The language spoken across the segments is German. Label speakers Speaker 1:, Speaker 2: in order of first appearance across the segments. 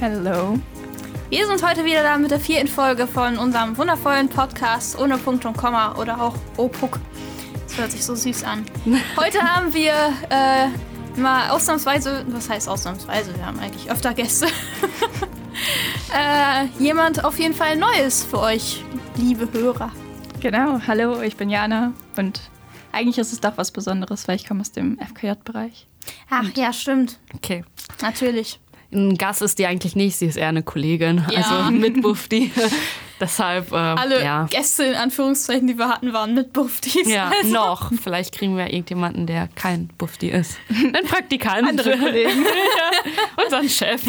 Speaker 1: Hello.
Speaker 2: Wir sind heute wieder da mit der vierten Folge von unserem wundervollen Podcast ohne Punkt und Komma oder auch OPUK. Das hört sich so süß an. Heute haben wir äh, mal ausnahmsweise, was heißt ausnahmsweise? Wir haben eigentlich öfter Gäste. äh, jemand auf jeden Fall Neues für euch, liebe Hörer.
Speaker 1: Genau, hallo, ich bin Jana und eigentlich ist es doch was Besonderes, weil ich komme aus dem FKJ-Bereich.
Speaker 2: Ach ja, stimmt.
Speaker 3: Okay.
Speaker 2: Natürlich.
Speaker 3: Ein Gast ist die eigentlich nicht, sie ist eher eine Kollegin,
Speaker 2: Ja.
Speaker 3: also mit Bufti. Deshalb, äh,
Speaker 2: Alle
Speaker 3: ja.
Speaker 2: Gäste in Anführungszeichen, die wir hatten, waren mit Buftis.
Speaker 3: Ja,
Speaker 2: Also-
Speaker 3: noch. Vielleicht kriegen wir irgendjemanden, der kein Bufti ist. Ein Praktikant.
Speaker 1: Andere Kollegen.
Speaker 3: Unseren Chef.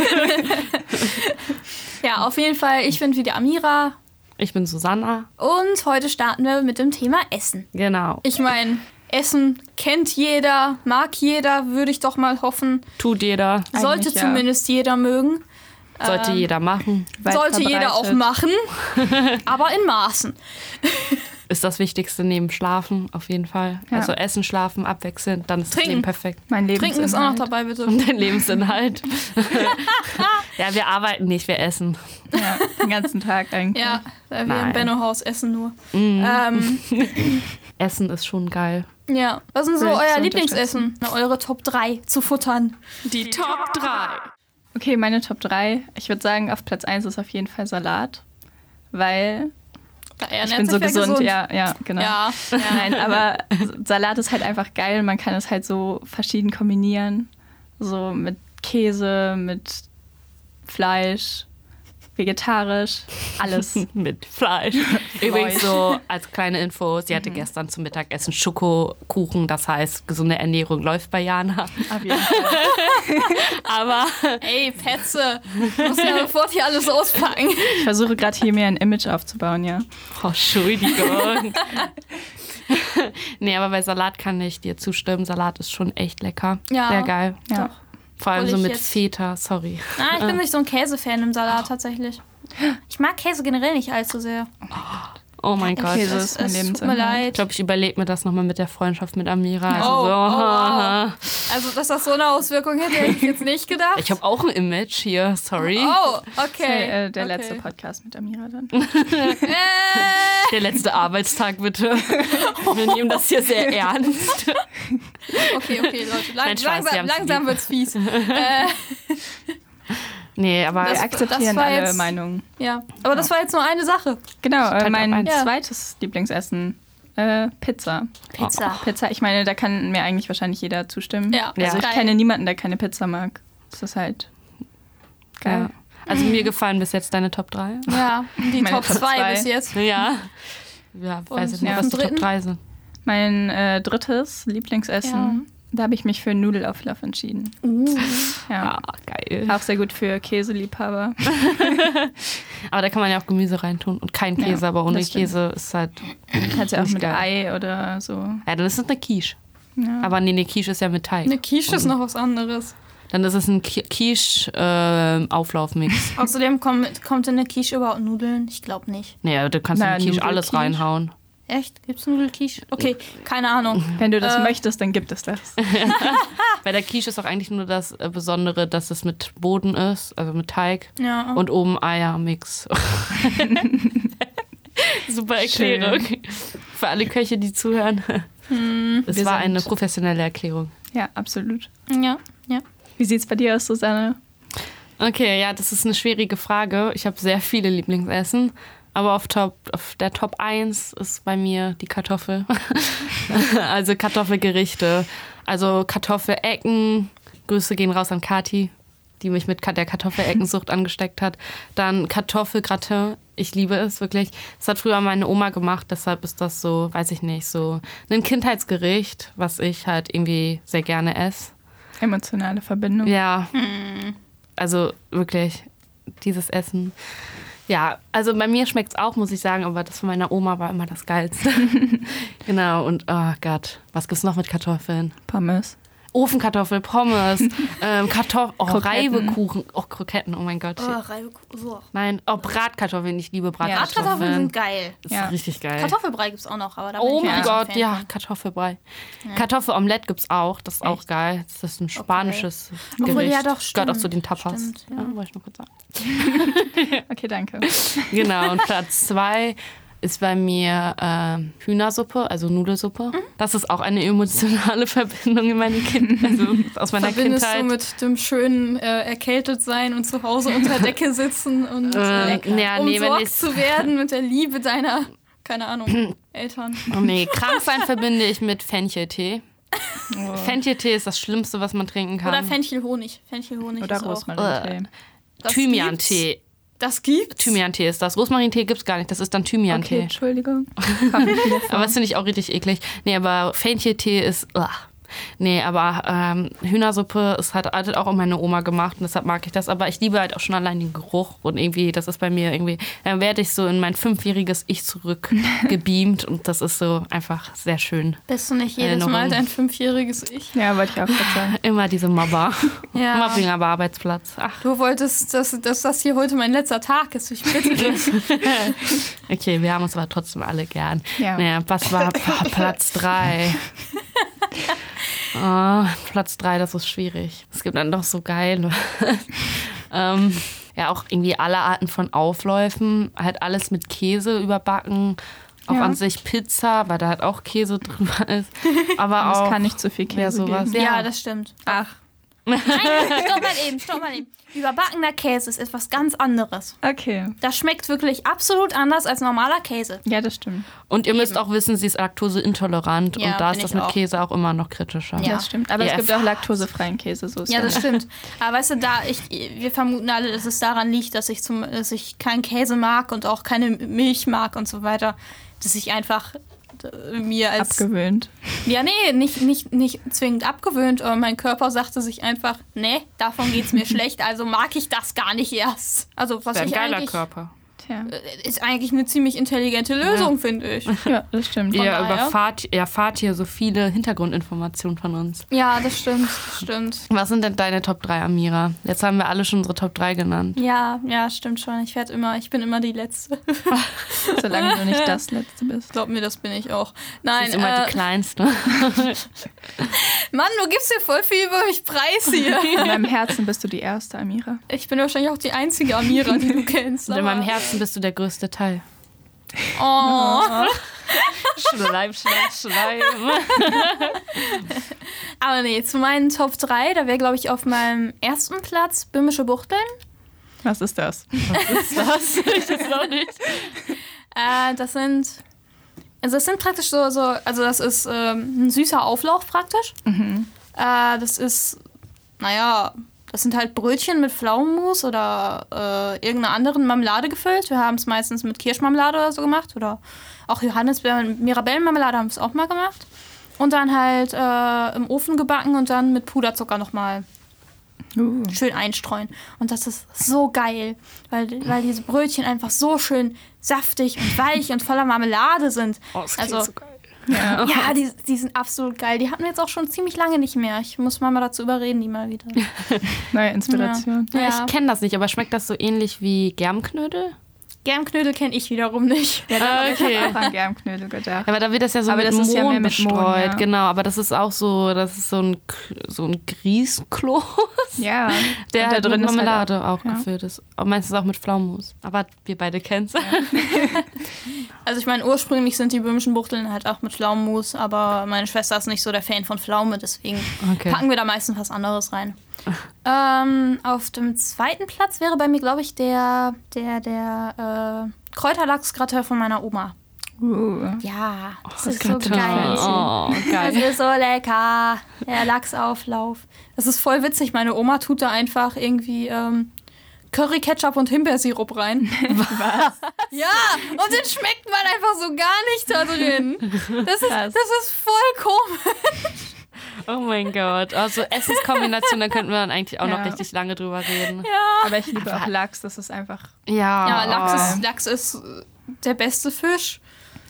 Speaker 2: ja, auf jeden Fall. Ich bin wieder Amira
Speaker 3: Ich bin Susanna.
Speaker 2: und heute starten wir mit dem Thema Essen.
Speaker 3: Genau.
Speaker 2: Ich meine, Essen kennt jeder, mag jeder, würde ich doch mal hoffen.
Speaker 3: Tut jeder.
Speaker 2: Sollte
Speaker 1: Eigentlich ja.
Speaker 2: zumindest jeder mögen. Ähm.
Speaker 3: Sollte jeder machen.
Speaker 1: Weit
Speaker 2: sollte jeder auch
Speaker 1: verbreitet.
Speaker 2: machen, aber in Maßen.
Speaker 3: Ist das Wichtigste neben Schlafen, auf jeden Fall.
Speaker 1: Ja.
Speaker 3: Also Essen, Schlafen, abwechselnd, dann ist das
Speaker 2: Trinken.
Speaker 3: Leben perfekt.
Speaker 1: Mein Leben halt
Speaker 2: Trinken ist auch noch dabei, bitte.
Speaker 3: Dein Lebensinhalt. ja, wir arbeiten nicht, wir essen.
Speaker 1: Ja, den ganzen Tag eigentlich.
Speaker 2: Ja, weil wir im
Speaker 3: Nein.
Speaker 2: Benno-Haus essen nur.
Speaker 1: Mhm.
Speaker 2: Ähm,
Speaker 3: Essen ist schon geil.
Speaker 2: ja. Was ist denn so
Speaker 1: Würde ich
Speaker 2: euer
Speaker 1: so
Speaker 2: Lieblingsessen? Na, Eure Top 3 zu futtern.
Speaker 3: Die Top 3.
Speaker 1: Okay, meine Top 3. Ich würde sagen, auf Platz 1 ist auf jeden Fall Salat, weil
Speaker 2: Da ernährt
Speaker 1: ich bin so
Speaker 2: sich wer
Speaker 1: gesund. Ja, ja, genau.
Speaker 2: Ja,
Speaker 1: Nein, aber Salat ist halt einfach geil. Man kann es halt so verschieden kombinieren. So mit Käse, mit Fleisch, vegetarisch, alles.
Speaker 3: Mit Fleisch. Übrigens so als kleine Info, sie
Speaker 2: Mhm.
Speaker 3: hatte gestern zum Mittagessen Schokokuchen, das heißt, gesunde Ernährung läuft bei Jana.
Speaker 1: Auf jeden Fall.
Speaker 3: Aber
Speaker 2: Ey, Petze, du musst ja sofort hier alles auspacken.
Speaker 1: Ich versuche gerade hier mir ein Image aufzubauen, ja.
Speaker 3: oh, Entschuldigung. nee, aber bei Salat kann ich dir zustimmen. Salat ist schon echt lecker.
Speaker 2: Ja.
Speaker 3: Sehr geil.
Speaker 1: Ja.
Speaker 3: Vor allem
Speaker 2: Obwohl
Speaker 3: so
Speaker 2: ich
Speaker 3: mit
Speaker 2: jetzt-
Speaker 3: Feta, sorry.
Speaker 2: Ah, ich bin nicht so ein Käsefan im Salat tatsächlich. Ich mag Käse generell nicht allzu sehr.
Speaker 3: Oh mein Gott.
Speaker 1: Käse ist mein
Speaker 2: es tut mir
Speaker 1: Lebensinhalt.
Speaker 3: Ich
Speaker 2: leid.
Speaker 3: glaube, ich überlege mir das nochmal mit der Freundschaft mit Amira. Also
Speaker 2: Oh,
Speaker 3: so,
Speaker 2: oh, Also, dass das so eine Auswirkung hätte, hätte ich jetzt nicht gedacht.
Speaker 3: Ich habe auch ein Image hier, sorry.
Speaker 2: oh, okay.
Speaker 1: Äh, der
Speaker 2: okay.
Speaker 1: letzte Podcast mit Amira dann.
Speaker 2: Äh,
Speaker 3: Der letzte Arbeitstag bitte. Wir nehmen das hier sehr ernst.
Speaker 2: okay, okay, Leute. Lang,
Speaker 3: Nein, Spaß, wir
Speaker 2: langsam
Speaker 3: haben's
Speaker 2: langsam
Speaker 3: lieb.
Speaker 2: wird's fies. Äh,
Speaker 3: Nee, aber
Speaker 1: Wir
Speaker 2: Das- das
Speaker 1: akzeptieren
Speaker 2: war
Speaker 1: alle
Speaker 2: jetzt-
Speaker 1: Meinungen.
Speaker 2: ja. Aber das war jetzt nur eine Sache.
Speaker 1: Genau,
Speaker 3: Top
Speaker 1: äh, mein
Speaker 3: eins.
Speaker 2: Ja.
Speaker 1: zweites Lieblingsessen. Äh, Pizza.
Speaker 2: Pizza.
Speaker 1: Pizza, ich meine, da kann mir eigentlich wahrscheinlich jeder zustimmen.
Speaker 2: Ja.
Speaker 1: Also
Speaker 3: Ja.
Speaker 1: ich
Speaker 2: Geil.
Speaker 1: kenne niemanden, der keine Pizza mag. Das ist halt geil.
Speaker 3: Ja. Also mir gefallen bis jetzt deine Top 3.
Speaker 2: Ja, die
Speaker 1: Meine
Speaker 2: Top
Speaker 1: Top
Speaker 2: 2
Speaker 1: zwei.
Speaker 2: bis jetzt.
Speaker 3: Ja. Ja, weiß ich nicht,
Speaker 1: ja.
Speaker 3: was
Speaker 2: Am
Speaker 3: die Top
Speaker 2: dritten?
Speaker 3: 3 sind.
Speaker 1: Mein äh, drittes Lieblingsessen,
Speaker 2: Ja.
Speaker 1: da habe ich mich für Nudelauflauf entschieden.
Speaker 2: Uh,
Speaker 3: Ja,
Speaker 1: Ja.
Speaker 3: Ah, geil.
Speaker 1: Auch sehr gut für Käseliebhaber.
Speaker 3: Aber da kann man ja auch Gemüse reintun und kein Käse,
Speaker 1: Ja,
Speaker 3: aber ohne
Speaker 1: das stimmt.
Speaker 3: Käse ist halt.
Speaker 1: Kannst ja auch
Speaker 3: Nicht
Speaker 1: mit
Speaker 3: geil.
Speaker 1: Ei oder so.
Speaker 3: Ja, dann ist es eine Quiche.
Speaker 1: Ja.
Speaker 3: Aber nee, eine Quiche ist ja mit Teig.
Speaker 2: Eine Quiche ist noch was anderes.
Speaker 3: Dann ist es ein ähm, Qui- Quiche-Auflaufmix.
Speaker 2: Außerdem kommt, kommt in eine Quiche überhaupt Nudeln? Ich glaube nicht.
Speaker 3: naja, du kannst
Speaker 1: Na,
Speaker 3: in Quiche alles
Speaker 1: Nudelquiche.
Speaker 3: reinhauen.
Speaker 2: Echt? Gibt's Nudelquiche? Okay, keine Ahnung.
Speaker 1: Wenn du das
Speaker 2: Äh.
Speaker 1: möchtest, dann gibt es das.
Speaker 3: Bei der Quiche ist auch eigentlich nur das äh, Besondere, dass es mit Boden ist, also mit Teig.
Speaker 2: Ja.
Speaker 3: Und oben Eiermix. Super Erklärung. Für alle Köche, die zuhören. Es
Speaker 1: Wir
Speaker 3: war
Speaker 1: sind-
Speaker 3: eine professionelle Erklärung.
Speaker 1: Ja, absolut.
Speaker 2: ja, ja.
Speaker 1: Wie sieht's bei dir aus, Susanne?
Speaker 3: Okay, ja, das ist eine schwierige Frage. Ich habe sehr viele Lieblingsessen. Aber auf, Top, auf der Top 1 ist bei mir die Kartoffel. also Kartoffelgerichte. Also Kartoffelecken. Grüße gehen raus an Kati, die mich mit Ka- der Kartoffeleckensucht angesteckt hat. Dann Kartoffelgratin. Ich liebe es wirklich. Das hat früher meine Oma gemacht, deshalb ist das so, weiß ich nicht, so ein Kindheitsgericht, was ich halt irgendwie sehr gerne esse.
Speaker 1: Emotionale Verbindung.
Speaker 3: Ja. Also wirklich, dieses Essen. Ja, also bei mir schmeckt es auch, muss ich sagen, aber das von meiner Oma war immer das Geilste. genau, und oh Gott, was gibt's noch mit Kartoffeln?
Speaker 1: Pommes.
Speaker 3: Ofenkartoffel, Pommes, ähm, Kartoffel, oh,
Speaker 1: Kroketten.
Speaker 3: Reibekuchen, oh, Kroketten, oh mein Gott.
Speaker 2: Oh, Reibekuchen. So.
Speaker 3: Nein, oh, Bratkartoffeln, ich liebe Bratkartoffeln.
Speaker 2: Bratkartoffeln sind geil.
Speaker 3: Das ist
Speaker 1: Ja.
Speaker 3: richtig geil.
Speaker 2: Kartoffelbrei gibt es auch noch, aber da
Speaker 3: Oh
Speaker 2: bin ich
Speaker 3: mein
Speaker 2: nicht so ein
Speaker 3: Gott,
Speaker 2: Fan
Speaker 3: ja,
Speaker 2: von.
Speaker 3: Kartoffelbrei. Kartoffelomelett gibt's auch, das ist auch geil. Das ist ein spanisches
Speaker 2: Obwohl,
Speaker 3: Gericht.
Speaker 2: ja, doch,
Speaker 3: Gehört auch
Speaker 2: stimmt,
Speaker 3: zu den Tapas.
Speaker 2: stimmt, ja.
Speaker 3: ja, wollte ich nur kurz sagen.
Speaker 1: Okay, danke.
Speaker 3: Genau, und Platz zwei ist bei mir ähm, Hühnersuppe, also Nudelsuppe.
Speaker 2: Mhm.
Speaker 3: Das ist auch eine emotionale Verbindung in meinen Kindern, also aus meiner
Speaker 2: Verbindest
Speaker 3: Kindheit.
Speaker 2: du mit dem schönen äh, erkältet sein und zu Hause unter Decke sitzen und äh,
Speaker 3: ähm, ja, nee, wenn
Speaker 2: umsorgt
Speaker 3: ich
Speaker 2: zu werden mit der Liebe deiner, keine Ahnung, Eltern.
Speaker 3: nee, krank sein verbinde ich mit Fencheltee.
Speaker 1: Oh.
Speaker 3: Fencheltee ist das Schlimmste, was man trinken kann.
Speaker 2: Oder Fenchelhonig. Fenchelhonig
Speaker 1: Oder
Speaker 2: ist auch.
Speaker 1: Rosmarin.
Speaker 2: Das
Speaker 3: Thymiantee.
Speaker 2: Das gibt's.
Speaker 3: Thymiantee ist das. Rosmarintee gibt's gar nicht, das ist dann
Speaker 1: Okay,
Speaker 3: Thymiantee.
Speaker 1: Entschuldigung. Komm, wieder vor.
Speaker 3: Aber das finde ich auch richtig eklig. Nee, aber Fencheltee ist. Uah. Nee, aber ähm, Hühnersuppe ist halt, hat auch meine Oma gemacht und deshalb mag ich das. Aber ich liebe halt auch schon allein den Geruch und irgendwie, das ist bei mir irgendwie, dann werde ich so in mein fünfjähriges Ich zurückgebeamt und das ist so einfach sehr schön.
Speaker 2: Bist du nicht jedes
Speaker 3: Erinnerung.
Speaker 2: Mal dein fünfjähriges Ich?
Speaker 1: ja, wollte ich auch gerade sagen.
Speaker 3: Immer diese Mabba.
Speaker 2: Ja.
Speaker 3: Mobbing aber Arbeitsplatz. Ach,
Speaker 2: Du wolltest, dass, dass das hier heute mein letzter Tag ist. Ich bitte dich.
Speaker 3: okay, wir haben uns aber trotzdem alle gern.
Speaker 1: Ja.
Speaker 3: Naja, was war Pa- Platz drei? Ah, Platz drei, das ist schwierig. Es gibt dann doch so geile. ähm, ja, auch irgendwie alle Arten von Aufläufen. Halt alles mit Käse überbacken. Auch
Speaker 1: Ja.
Speaker 3: an sich Pizza, weil da halt auch Käse drüber ist. Aber
Speaker 1: Es
Speaker 3: auch
Speaker 1: kann nicht zu viel
Speaker 3: ja,
Speaker 1: Käse
Speaker 3: sowas.
Speaker 1: geben.
Speaker 3: Ja,
Speaker 2: Ja, das stimmt.
Speaker 1: Ach,
Speaker 2: Nein, stopp mal eben, stopp mal eben. Überbackener Käse ist etwas ganz anderes.
Speaker 1: okay.
Speaker 2: Das schmeckt wirklich absolut anders als normaler Käse.
Speaker 1: Ja, das stimmt.
Speaker 3: und ihr müsst auch wissen, sie ist laktoseintolerant.
Speaker 2: Ja,
Speaker 3: und da
Speaker 2: bin
Speaker 3: ist das
Speaker 2: ich
Speaker 3: mit
Speaker 2: auch.
Speaker 3: Käse auch immer noch kritischer.
Speaker 2: Ja.
Speaker 1: Das stimmt. Aber
Speaker 3: Ihr
Speaker 1: es gibt auch laktosefreien Käse, so ist
Speaker 2: Ja, das stimmt. Aber weißt du, da ich, wir vermuten alle, dass es daran liegt, dass ich zum, dass ich keinen Käse mag und auch keine Milch mag und so weiter, dass ich einfach äh, mir als
Speaker 1: abgewöhnt.
Speaker 2: ja nee nicht nicht nicht zwingend abgewöhnt, aber mein Körper sagte sich einfach nee, davon geht's mir schlecht, also mag ich das gar nicht erst. Also was
Speaker 3: Wäre ein
Speaker 2: ich
Speaker 3: geiler
Speaker 2: eigentlich äh,
Speaker 3: Körper.
Speaker 1: Tja.
Speaker 2: ist eigentlich eine ziemlich intelligente Lösung, finde ich.
Speaker 1: Ja, das stimmt.
Speaker 3: Ihr
Speaker 2: daher-
Speaker 3: überfahrt, ihr erfahrt hier so viele Hintergrundinformationen von uns.
Speaker 2: Ja, das stimmt, das stimmt.
Speaker 3: Was sind denn deine Top 3, Amira? Jetzt haben wir alle schon unsere Top 3 genannt.
Speaker 2: Ja, ja, stimmt schon. Ich werde immer, ich bin immer die Letzte.
Speaker 1: Solange du nicht das Letzte bist.
Speaker 2: Glaub mir, das bin ich auch.
Speaker 3: Sie
Speaker 2: Nein,
Speaker 3: ist immer die
Speaker 2: äh,
Speaker 3: kleinste.
Speaker 2: Mann, du gibst hier voll viel über mich preis hier.
Speaker 1: In meinem Herzen bist du die Erste, Amira.
Speaker 2: Ich bin wahrscheinlich auch die einzige Amira, die du kennst.
Speaker 3: Und in
Speaker 2: aber-
Speaker 3: meinem Herzen bist du der größte Teil.
Speaker 2: Oh.
Speaker 3: Schleim, schleim, schleim.
Speaker 2: Aber nee, zu meinen Top 3, da wäre, glaube ich, auf meinem ersten Platz Böhmische Buchteln.
Speaker 1: Was ist das?
Speaker 3: Was? Ich weiß auch nicht.
Speaker 2: Äh, das sind. Also das sind praktisch so, so also das ist ähm, ein süßer Auflauf praktisch. Äh, das ist, naja, das sind halt Brötchen mit Pflaumenmus oder äh, irgendeiner anderen Marmelade gefüllt. Wir haben es meistens mit Kirschmarmelade oder so gemacht oder auch Johannisbeeren, Mirabellenmarmelade haben wir es auch mal gemacht. Und dann halt äh, im Ofen gebacken und dann mit Puderzucker nochmal
Speaker 1: Uh,
Speaker 2: schön einstreuen. Und das ist so geil, weil, weil diese Brötchen einfach so schön saftig und weich und voller Marmelade sind.
Speaker 3: Oh, das klingt
Speaker 2: also,
Speaker 3: so geil.
Speaker 2: ja, die, die sind absolut geil. Die hatten wir jetzt auch schon ziemlich lange nicht mehr. Ich muss Mama dazu überreden, die mal wieder.
Speaker 1: neue Inspiration.
Speaker 2: Ja.
Speaker 3: Ich kenne das nicht, aber schmeckt das so ähnlich wie Germknödel?
Speaker 2: Germknödel kenne ich wiederum nicht.
Speaker 1: Ich hab auch an Germknödel gedacht.
Speaker 3: Ah, Aber da wird das ja so
Speaker 1: Aber
Speaker 3: mit
Speaker 1: das
Speaker 3: Mohn
Speaker 1: ist ja mehr mit Mohn,
Speaker 3: bestreut.
Speaker 1: ja.
Speaker 3: Genau, aber das ist auch so, das ist so ein, K- so ein Grießkloß.
Speaker 1: Ja.
Speaker 3: Der
Speaker 1: Und
Speaker 3: da drin
Speaker 1: ist halt
Speaker 3: Marmelade auch
Speaker 1: ja.
Speaker 3: gefüllt ist. Und meistens auch mit Pflaumenmus. Aber wir beide kennen es.
Speaker 2: Also ich meine, ursprünglich sind die böhmischen Buchteln halt auch mit Pflaumenmus, aber meine Schwester ist nicht so der Fan von Pflaume, deswegen
Speaker 3: Okay.
Speaker 2: packen wir da meistens was anderes rein. ähm, auf dem zweiten Platz wäre bei mir, glaube ich, der, der, der äh, Kräuterlachsgratin von meiner Oma.
Speaker 1: Uh,
Speaker 2: Ja, das ist so
Speaker 3: Kartoffeln.
Speaker 2: geil. Also
Speaker 3: Oh,
Speaker 2: Das
Speaker 3: geil.
Speaker 2: ist so lecker. Der Lachsauflauf. Das ist voll witzig. Meine Oma tut da einfach irgendwie ähm, Curry, Ketchup und Himbeersirup rein. Was? Ja, und den schmeckt man einfach so gar nicht da drin. Das ist, das ist voll komisch.
Speaker 3: Oh mein Gott. Also Essenskombination, da könnten wir dann eigentlich auch noch
Speaker 1: Ja.
Speaker 3: richtig lange drüber reden.
Speaker 1: aber ich liebe auch Lachs, das ist einfach.
Speaker 3: Ja,
Speaker 2: Ja, Lachs
Speaker 3: oh.
Speaker 2: ist, Lachs ist äh, der beste Fisch.